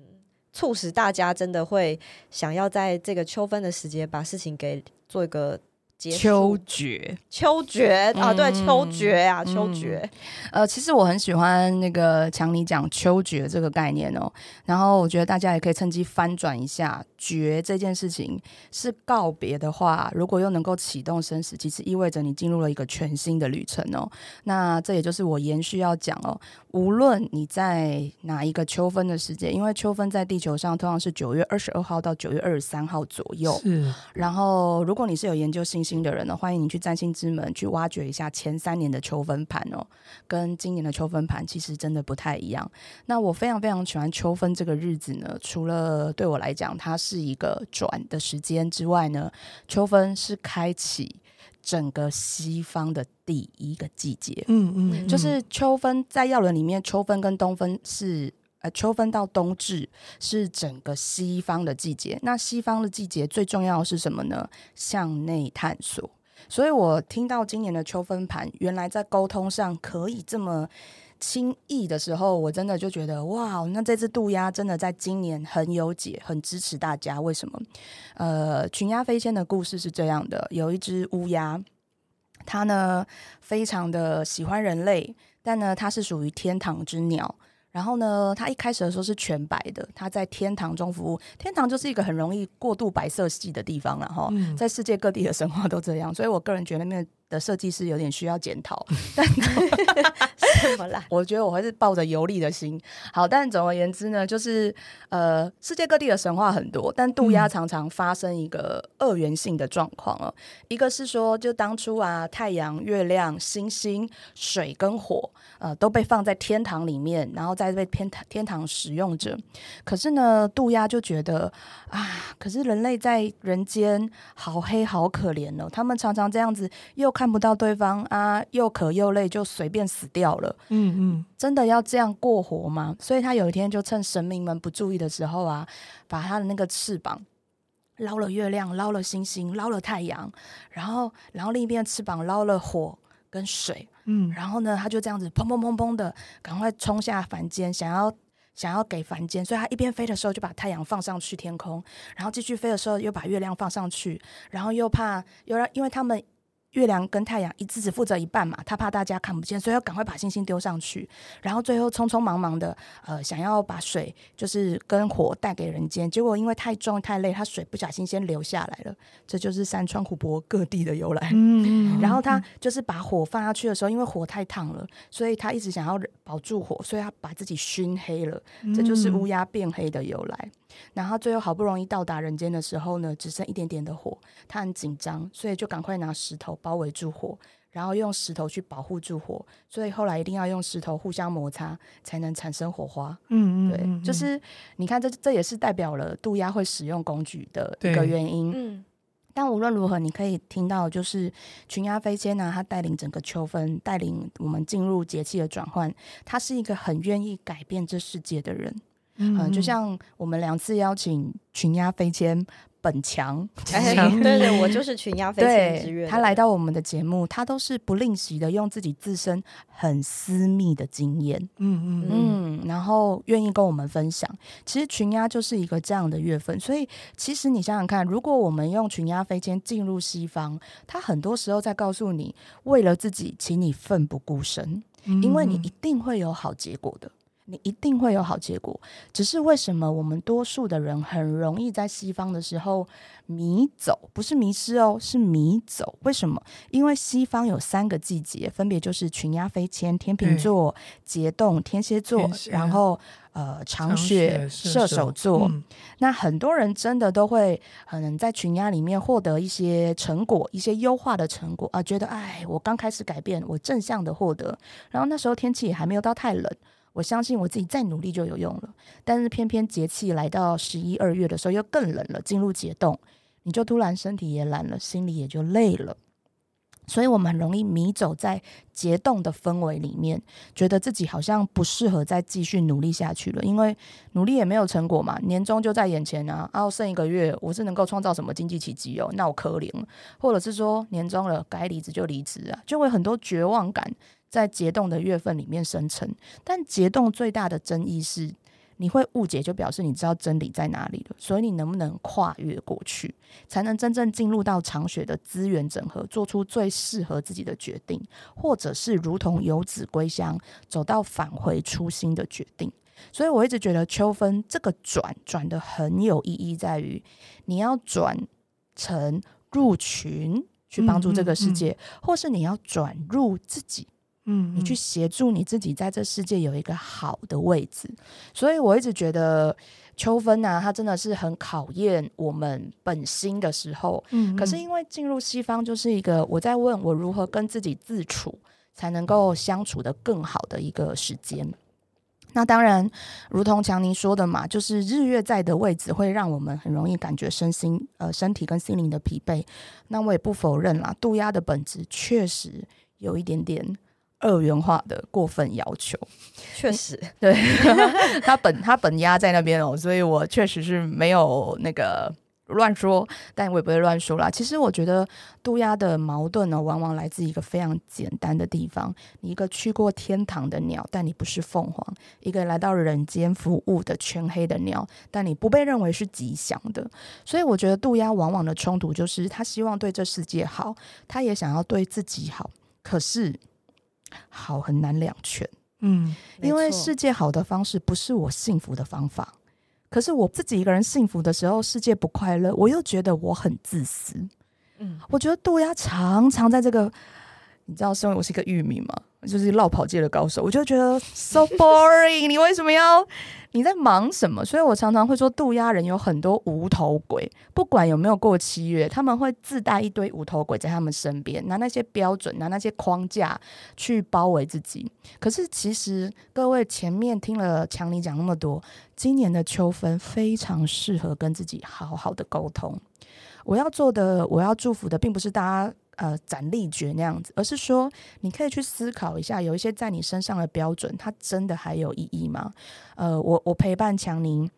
促使大家真的会想要在这个秋分的时节把事情给做一个结束
秋决。
秋决、啊，对，秋决啊，
嗯
秋决，
呃，其实我很喜欢那个强尼讲秋决这个概念哦，然后我觉得大家也可以趁机翻转一下，决这件事情是告别的话，如果又能够启动生死，其实意味着你进入了一个全新的旅程哦。那这也就是我延续要讲哦，无论你在哪一个秋分的时间，因为秋分在地球上通常是九月二十二号到九月二十三号左右，
是
然后，如果你是有研究星星的人呢，欢迎你去占星之门去挖掘一下前三年的秋分盘哦，跟今年的秋分盘其实真的不太一样。那我非常非常喜欢秋分这个日子呢，除了对我来讲它是一个转的时间之外呢，秋分是开启整个西方的第一个季节。
嗯嗯，
就是秋分在药轮里面，秋分跟冬分是。呃，秋分到冬至是整个西方的季节。那西方的季节最重要的是什么呢？向内探索。所以我听到今年的秋分盘，原来在沟通上可以这么轻易的时候，我真的就觉得哇，那这只渡鸦真的在今年很有解，很支持大家。为什么？呃，群鸦飞迁的故事是这样的：有一只乌鸦，它呢非常的喜欢人类，但呢它是属于天堂之鸟。然后呢，它一开始的时候是全白的，它在天堂中服务。天堂就是一个很容易过度白色系的地方了哈，
嗯
在世界各地的神话都这样，所以我个人觉得那边的设计师有点需要检讨。
什么啦？
我觉得我还是抱着游历的心。好，但总而言之呢，就是呃，世界各地的神话很多，但渡鸦常常发生一个二元性的状况哦。一个是说，就当初啊，太阳、月亮、星星、水跟火，呃，都被放在天堂里面，然后再被天堂天堂使用者。可是呢，渡鸦就觉得啊，可是人类在人间好黑好可怜哦，他们常常这样子又看不到对方啊，又渴又累，就随便死掉了。
嗯
真的要这样过活吗？所以他有一天就趁神明们不注意的时候啊，把他的那个翅膀捞了月亮，捞了星星，捞了太阳，然后然后另一边翅膀捞了火跟水，
嗯嗯，
然后呢，他就这样子砰砰砰砰的赶快冲下凡间，想要。想要给凡间，所以他一边飞的时候就把太阳放上去天空，然后继续飞的时候又把月亮放上去，然后又怕又让，因为他们月亮跟太阳一次只负责一半嘛，他怕大家看不见，所以要赶快把星星丢上去，然后最后匆匆忙忙的呃想要把水就是跟火带给人间，结果因为太重太累，他水不小心先流下来了，这就是山川湖泊各地的由来。
嗯
然后他就是把火放下去的时候，因为火太烫了，所以他一直想要保住火，所以他把自己熏黑了，
嗯
这就是乌鸦变黑的由来。然后最后好不容易到达人间的时候呢，只剩一点点的火，他很紧张，所以就赶快拿石头包围住火，然后用石头去保护住火，所以后来一定要用石头互相摩擦才能产生火花。
嗯
对，就是呃你看这这也是代表了渡鸦会使用工具的一个
对
原因。
嗯，
但无论如何，你可以听到，就是群鸦飞迁呢，它带领整个秋分，带领我们进入节气的转换。他是一个很愿意改变这世界的人，嗯、就像我们两次邀请群鸦飞迁本强，
哎
强
对对，我就是群鸦飞行之
对
月，
他来到我们的节目，他都是不吝惜的用自己自身很私密的经验，
嗯嗯
嗯，然后愿意跟我们分享。其实群鸦就是一个这样的月份，所以其实你想想看，如果我们用群鸦飞迁进入西方，它很多时候在告诉你，为了自己，请你奋不顾身，
嗯，
因为你一定会有好结果的。你一定会有好结果，只是为什么我们多数的人很容易在西方的时候迷走，不是迷失哦，是迷走。为什么？因为西方有三个季节，分别就是群鸦飞迁、天秤座、结冻、天蝎座
天，蝎
然后呃长雪、射手座。
嗯
那很多人真的都会可能在群压里面获得一些成果，一些优化的成果啊，觉得哎，我刚开始改变，我正向的获得，然后那时候天气也还没有到太冷。我相信我自己再努力就有用了，但是偏偏节气来到十一二月的时候又更冷了，进入解冻，你就突然身体也懒了，心里也就累了，所以我们很容易迷走在解冻的氛围里面，觉得自己好像不适合再继续努力下去了，因为努力也没有成果嘛，年终就在眼前啊，啊，剩一个月，我是能够创造什么经济奇迹哦？那我可怜了，或者是说年终了，该离职就离职啊，就会很多绝望感在结冻的月份里面生成。但结冻最大的争议是，你会误解，就表示你知道真理在哪里了，所以你能不能跨越过去，才能真正进入到长雪的资源整合，做出最适合自己的决定，或者是如同游子归乡，走到返回初心的决定。所以我一直觉得秋分这个转转的很有意义，在于你要转成入群去帮助这个世界，或是你要转入自己，
嗯，
你去协助你自己在这世界有一个好的位置。所以我一直觉得秋分啊，它真的是很考验我们本心的时候。
嗯，
可是因为进入西方就是一个我在问我如何跟自己自处，才能够相处的更好的一个时间。那当然，如同强尼说的嘛，就是日月在的位置会让我们很容易感觉身心呃身体跟心灵的疲惫。那我也不否认啦，渡鸦的本质确实有一点点二元化的过分要求。
确实，
对， 他本他本压在那边哦，所以我确实是没有那个乱说，但我也不会乱说啦。其实我觉得渡鸦的矛盾呢，往往来自一个非常简单的地方：你一个去过天堂的鸟，但你不是凤凰；一个来到人间服务的全黑的鸟，但你不被认为是吉祥的。所以我觉得渡鸦往往的冲突就是，他希望对这世界好，他也想要对自己好，可是好很难两全。
嗯，
因为
没错
世界好的方式不是我幸福的方法。可是我自己一个人幸福的时候，世界不快乐，我又觉得我很自私。
嗯，
我觉得杜鸦常常在这个，你知道，身为我是一个玉米嘛，就是绕跑界的高手，我就觉 得 so boring。你为什么要？你在忙什么？所以我常常会说，渡鸦人有很多无头鬼，不管有没有过七月，他们会自带一堆无头鬼在他们身边，拿那些标准，拿那些框架去包围自己。可是其实各位前面听了强尼讲那么多，今年的秋分非常适合跟自己好好的沟通。我要做的，我要祝福的，并不是大家呃斩立决那样子，而是说你可以去思考一下，有一些在你身上的标准，它真的还有意义吗？呃，我我陪伴强宁。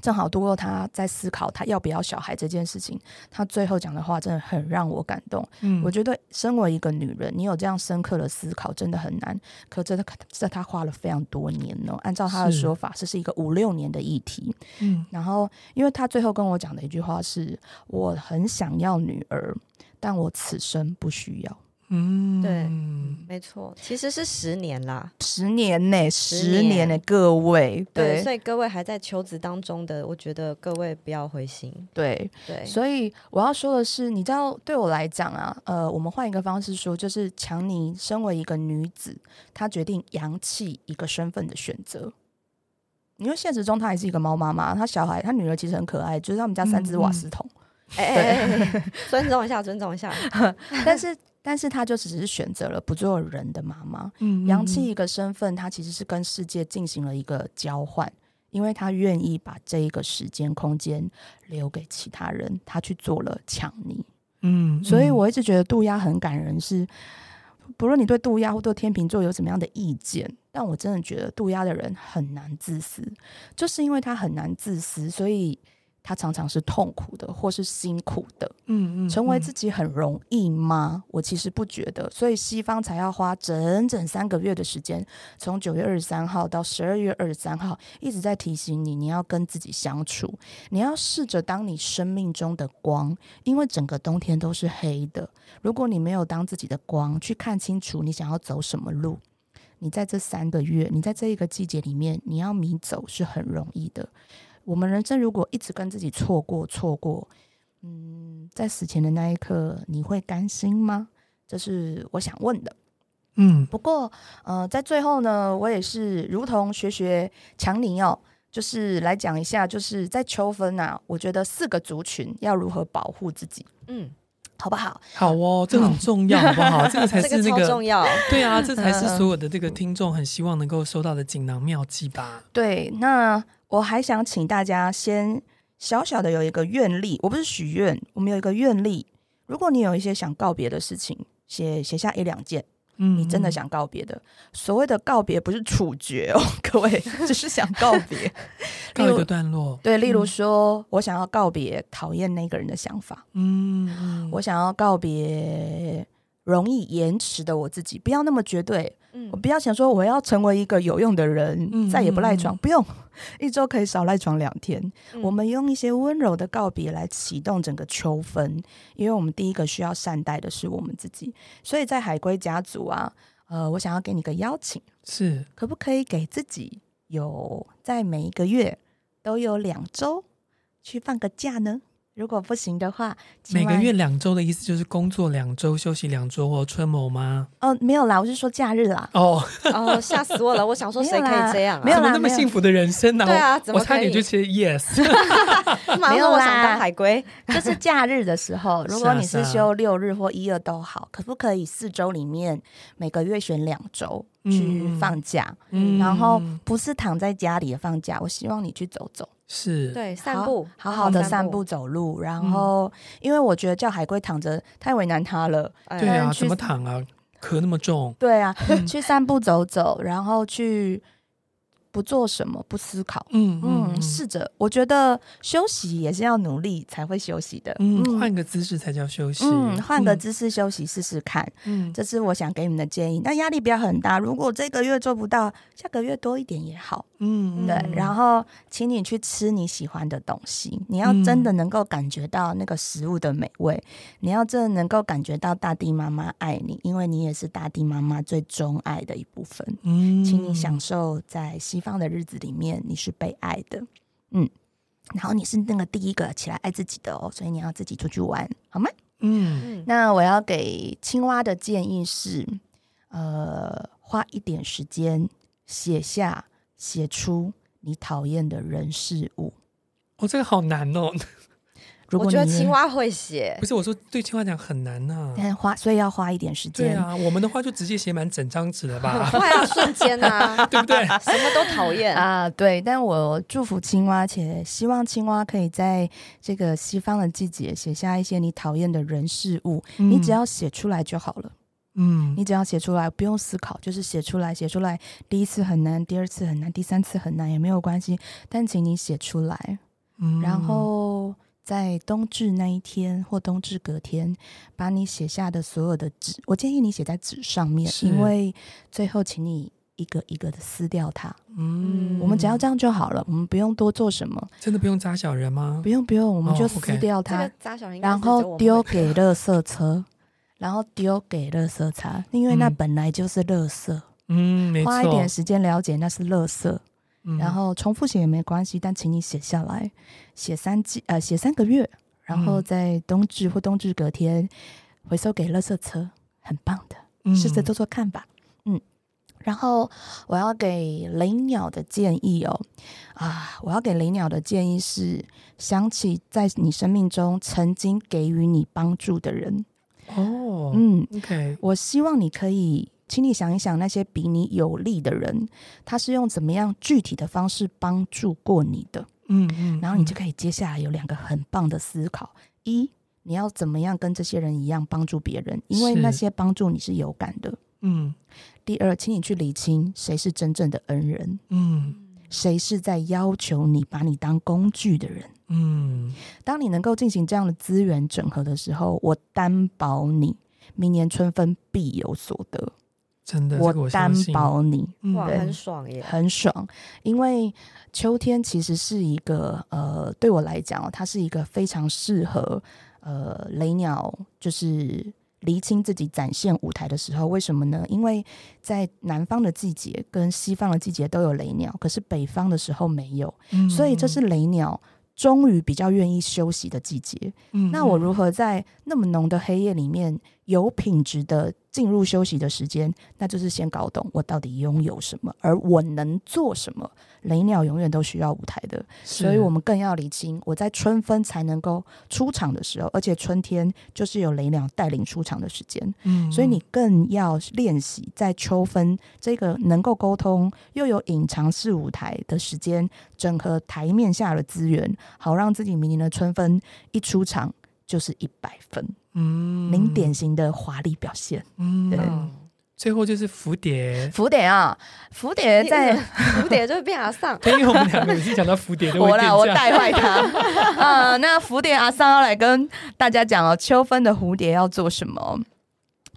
正好度过他在思考他要不要小孩这件事情，他最后讲的话真的很让我感动。
嗯
我觉得身为一个女人，你有这样深刻的思考真的很难。可这这他花了非常多年哦，按照他的
是
说法，这是一个五六年的议题。
嗯
然后，因为他最后跟我讲的一句话是：“我很想要女儿，但我此生不需要。
嗯，
对没错，其实是十年啦”。
十年呢、十
十年
年呢、各位，
对，
对
所以各位还在求职当中的，我觉得各位不要灰心。
对，
对，
所以我要说的是，你知道，对我来讲啊，呃，我们换一个方式说，就是强尼身为一个女子，她决定扬弃一个身份的选择。因为现实中她还是一个猫妈妈，她小孩，她女儿其实很可爱，就是他们家三只瓦斯桶。
哎哎哎哎哎尊重一下，尊重一下。
但是，但是她就只是选择了不做人的妈妈。
嗯
阳气一个身份，它其实是跟世界进行了一个交换，因为他愿意把这一个时间空间留给其他人，他去做了抢泥。
嗯，
所以我一直觉得渡鸦很感人是，不论你对渡鸦或对天秤座有什么样的意见，但我真的觉得渡鸦的人很难自私，就是因为他很难自私，所以他常常是痛苦的或是辛苦的。
嗯嗯
成为自己很容易吗？我其实不觉得，所以西方才要花整整三个月的时间，从九月二十三号到十二月二十三号，一直在提醒你，你要跟自己相处，你要试着当你生命中的光，因为整个冬天都是黑的。如果你没有当自己的光，去看清楚你想要走什么路。你在这三个月，你在这一个季节里面，你要迷走是很容易的。我们人生如果一直跟自己错过、错过，嗯，在死前的那一刻，你会甘心吗？这是我想问的。
嗯
不过，呃，在最后呢，我也是如同学学强尼哦，就是来讲一下，就是在秋分啊，我觉得四个族群要如何保护自己，
嗯，
好不好？
好哦，这很重要，好 不好？这个才
这
是那
超重
个。
要。
对啊，这才是所有的这个听众很希望能够收到的锦囊妙计吧。
对，那我还想请大家先小小的有一个愿力，我不是许愿，我们有一个愿力。如果你有一些想告别的事情，写写下一两件。
嗯，
你真的想告别的。所谓的告别不是处决哦， 各位，只是想告别。
嗯
嗯
告一个段落。
对，例如说，我想要告别讨厌那个人的想法，
嗯，嗯
我想要告别容易延迟的我自己，不要那么绝对，
嗯
我，不要想说我要成为一个有用的人，
嗯
再也不赖床，
嗯
不用，一周可以少赖床两天。
嗯
我们用一些温柔的告别来启动整个秋分，因为我们第一个需要善待的是我们自己，所以在海龟家族啊，呃，我想要给你个邀请，
是
可不可以给自己有在每一个月都有两周去放个假呢？如果不行的话，
每
请
个
问
月两周的意思就是工作两周，休息两周哦，春 某吗？
哦没有啦，我是说假日 啦。
哦，
哦，吓死我了！我想说，谁可以这样啊？
没有
怎么
啦
那么
没有
幸福的人生呢？
对啊
我
怎么
我差
可
点
以
就切 yes。
马上说我想当海龟。
就是假日的时候，如果你
是啊
是
是啊
休六日或一二都好，可不可以四周里面每个月选两周去放假？
嗯
然后不是躺在家里的放假，我希望你去走走，
是，
对，散步，
好好的散步。走路。然
嗯
后，因为我觉得叫海龟躺着太为难他了，
哎
对啊，
嗯去
怎么躺啊？壳那么重，
对啊，去散步走走，然后去不做什么，不思考。
嗯
嗯，试着，我觉得休息也是要努力才会休息的。
嗯，换个姿势才叫休息。
嗯，换个姿势休息试试看，
嗯，
这是我想给你们的建议。那压力不要很大，如果这个月做不到，下个月多一点也好。
嗯，嗯，
对，
嗯
然后请你去吃你喜欢的东西，你
嗯
要真的能够感觉到那个食物的美味，你要真的能够感觉到大地妈妈爱你，因为你也是大地妈妈最钟爱的一部分。
嗯
请你享受在西方的日子里面，你是被爱的，嗯，然后你是那个第一个起来爱自己的哦，所以你要自己出去玩，好吗？
嗯，
嗯，
那我要给青蛙的建议是，呃，花一点时间写下、写出你讨厌的人事物。
哦，这个好难哦。
如
我
果
觉得
你
青，蛙会写
不，是我说，对青蛙讲很难呐、
但花所以要花一点时
对
间。
啊，我们的话就直接写满整张纸了
很
吧，
快啊，瞬间啊，
对不对？
什么都讨厌。
啊，对，但我祝福青蛙，且希望青蛙可以在这个西方的季节写下一些你讨厌的人事物， 你
嗯
只要写出来就好了。
嗯，
你只要写出来，不用思考，就是写出来，写出来。第一次很难，第二次很难，第三次很难也没有关系，但请你写出来。
嗯
然后在冬至那一天或冬至隔天，把你写下的所有的纸，我建议你写在纸上面，
是
因为最后请你一个一个的撕掉它。
嗯
我们只要这样就好了，我们不用多做什么，
真的不用扎小人吗
不？用不用，我们
哦
就
OK
撕掉
这
它。
个扎小人应该是
然
只有我们
后
会，
丢给垃圾车，然后丢给垃圾车，因为那
嗯
本来就是垃圾。
嗯，没错。
花一点时间了解那是垃圾，
嗯
然后重复写也没关系，但请你写下来，写三季呃写三个月，然后
嗯
在冬至或冬至隔天回收给垃圾车，很棒的，
嗯
试着做做看吧。嗯，然后我要给雷鸟的建议哦，啊，我要给雷鸟的建议是想起在你生命中曾经给予你帮助的人，
哦，
嗯，
OK，
我希望你可以，请你想一想那些比你有利的人，他是用怎么样具体的方式帮助过你的，
嗯嗯，
然后你就可以接下来有两个很棒的思考：一，你要怎么样跟这些人一样帮助别人，因为
是
那些帮助你是有感的；
嗯
第二，请你去理清谁是真正的恩人，
嗯
谁是在要求你把你当工具的人。
嗯
当你能够进行这样的资源整合的时候，我担保你，明年春分必有所得。
真的，这个
我
我
担
相信，
保你
嗯
哇，
对
很爽耶！
很爽，因为秋天其实是一个呃，对我来讲哦，它是一个非常适合呃雷鸟就是。厘清自己展现舞台的时候，为什么呢？因为在南方的季节跟西方的季节都有雷鸟，可是北方的时候没有，
嗯
所以这是雷鸟终于比较愿意休息的季节。
嗯
那我如何在那么浓的黑夜里面有品质的进入休息的时间？那就是先搞懂我到底拥有什么，而我能做什么。雷鸟永远都需要舞台的，
嗯
所以我们更要理清我在春分才能够出场的时候，而且春天就是有雷鸟带领出场的时间，
们
所以你更要练习在秋分这个能够沟通又有隐藏式舞台的时间，整合台面下的资源，好让自己明年的春分一出场就是一百分，
嗯
零典型的华丽表现。
嗯
对
嗯
最后就是蝴蝶。，
福典啊，福典在
蝴蝶就会变阿丧
因为我们两个每次讲到蝴蝶都会
我
变
啦，我
这样
带坏他。 啊、那蝴蝶阿桑要来跟大家讲哦，秋分的蝴蝶要做什么？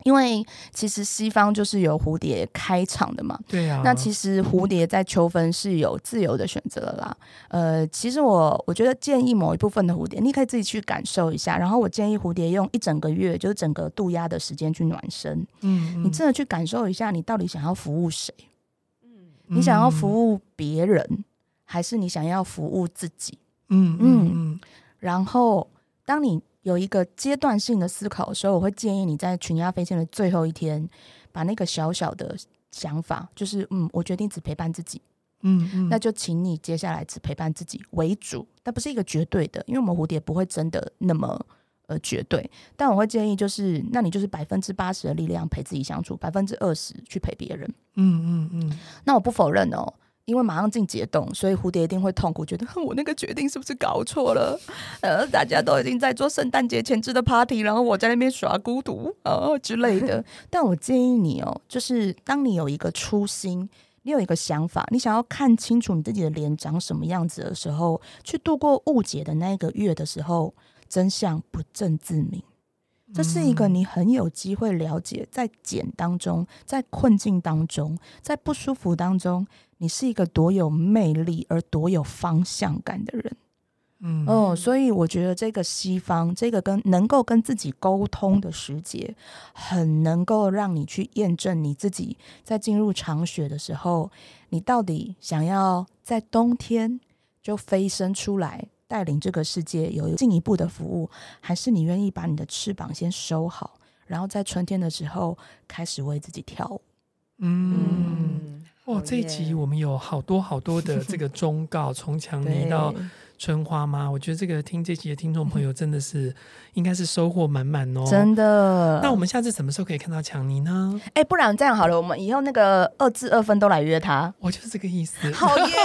因为其实西方就是由蝴蝶开场的嘛，
对啊，
那其实蝴蝶在秋分是有自由的选择了啦。呃，其实我我觉得建议某一部分的蝴蝶，你可以自己去感受一下。然后我建议蝴蝶用一整个月，就是整个渡鸦的时间去暖身，
嗯，嗯
你真的去感受一下，你到底想要服务谁？
嗯，
你想要
务，
服务别人，还是你想要服务自己？
嗯嗯
然后，当你有一个阶段性的思考的时候，我会建议你在群压飞线的最后一天，把那个小小的想法，就是嗯，我决定只陪伴自己。
嗯嗯，
那就请你接下来只陪伴自己为主，但不是一个绝对的，因为我们蝴蝶不会真的那么呃绝对。但我会建议就是，那你就是百分之八十的力量陪自己相处，百分之二十去陪别人。
嗯嗯嗯，
那我不否认哦。因为马上进解冻，所以蝴蝶一定会痛苦，觉得哼我那个决定是不是搞错了？呃，大家都已经在做圣诞节前置的 party，然后我在那边耍孤独啊、呃之类的。但我建议你哦，就是当你有一个初心，你有一个想法，你想要看清楚你自己的脸长什么样子的时候，去度过误解的那一个月的时候，真相不证自明。这是一个你很有机会了解，在茧当中，在困境当中，在不舒服当中，你是一个多有魅力而多有方向感的人。
嗯
哦，所以我觉得这个西方，这个跟能够跟自己沟通的时节，很能够让你去验证你自己在进入长雪的时候，你到底想要在冬天就飞升出来，带领这个世界有进一步的服务，还是你愿意把你的翅膀先收好，然后在春天的时候开始为自己跳舞？
嗯。
嗯，
哇，
哦
这一集我们有好多好多的 这个忠告，从强尼
对，
到春花妈，我觉得这个听这集的听众朋友真 的是应该是收获满满哦。
真的。
那我们下次什么时候可以看到强尼呢？
哎、不然这样好了，我们以后那个二至二分都来约他。
我就是这个意思。
好耶！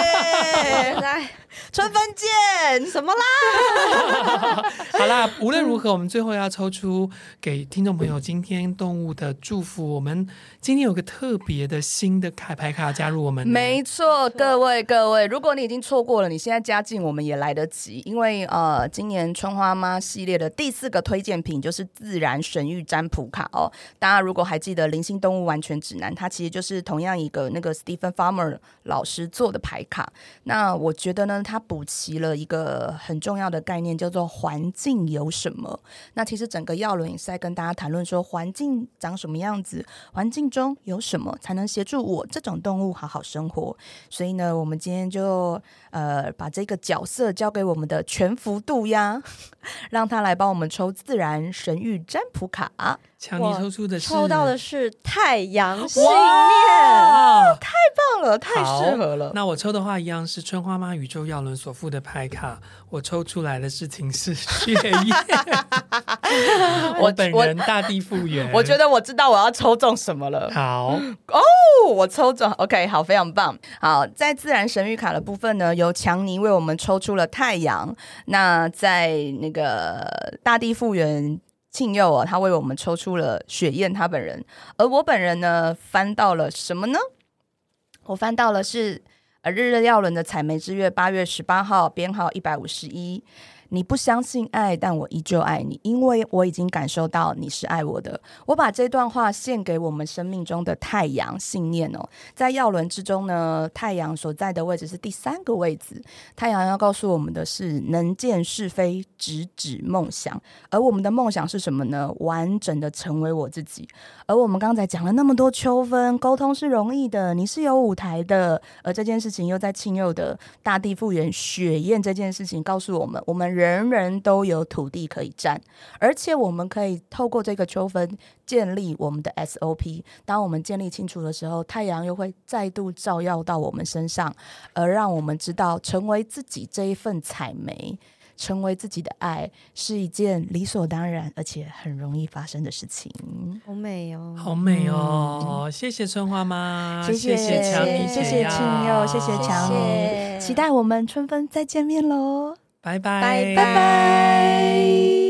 来
春分见。
什么啦？
好啦，无论如何，我们最后要抽出给听众朋友今天动物的祝福。我们今天有个特别的新的卡牌卡加入我们，
没错，各位各位，如果你已经错过了，你现在加进我们也来得及，因为呃，今年春花妈系列的第四个推荐品就是自然神域占卜卡哦。大家如果还记得《灵性动物完全指南》，它其实就是同样一个那个 Stephen Farmer 老师做的牌卡。那我觉得呢，它补齐了一个很重要的概念，叫做环境有什么。那其实整个药轮也是在跟大家谈论说，环境长什么样子，环境中有什么才能协助我这种动物好好生活？所以呢，我们今天就呃把这个角色交给我们的全幅度呀， 让他来帮我们抽自然神域占卜卡。
强尼抽出的是
抽到的是太阳信念，
哇
棒了，太
好
适合了。
那我抽的话一样是春花妈宇宙耀伦所附的牌卡，我抽出来的事情是血液，我本
我
人大地复原。
我觉得我知道我要抽中什么了。
好，
哦，我抽中，OK，好，非常棒。好，在自然神谕卡的部分呢，由强尼为我们抽出了太阳。那在那个大地复原。庆佑啊，他为我们抽出了雪燕他本人，而我本人呢，翻到了什么呢？我翻到了是呃日日耀伦的《采梅之月》，八月十八号，编号一百五十一。你不相信爱，但我依旧爱你，因为我已经感受到你是爱我的。我把这段话献给我们生命中的太阳信念哦，在耀轮之中呢，太阳所在的位置是第三个位置。太阳要告诉我们的是能见是非，直指梦想。而我们的梦想是什么呢？完整的成为我自己。而我们刚才讲了那么多秋分，沟通是容易的，你是有舞台的。而这件事情又在庆佑的大地复原雪燕这件事情告诉我们，我们人人都有土地可以站，而且我们可以透过这个秋分建立我们的 SOP。当我们建立清楚的时候，太阳又会再度照耀到我们身上，而让我们知道，成为自己这一份采梅，成为自己的爱，是一件理所当然而且很容易发生的事情。
好美哦，
好美哦！谢谢春花妈，
嗯谢
啊谢强尼，啊
谢谢庆佑，谢谢强
谢
尼，
谢
期待我们春分再见面喽，
拜
拜
拜
拜拜。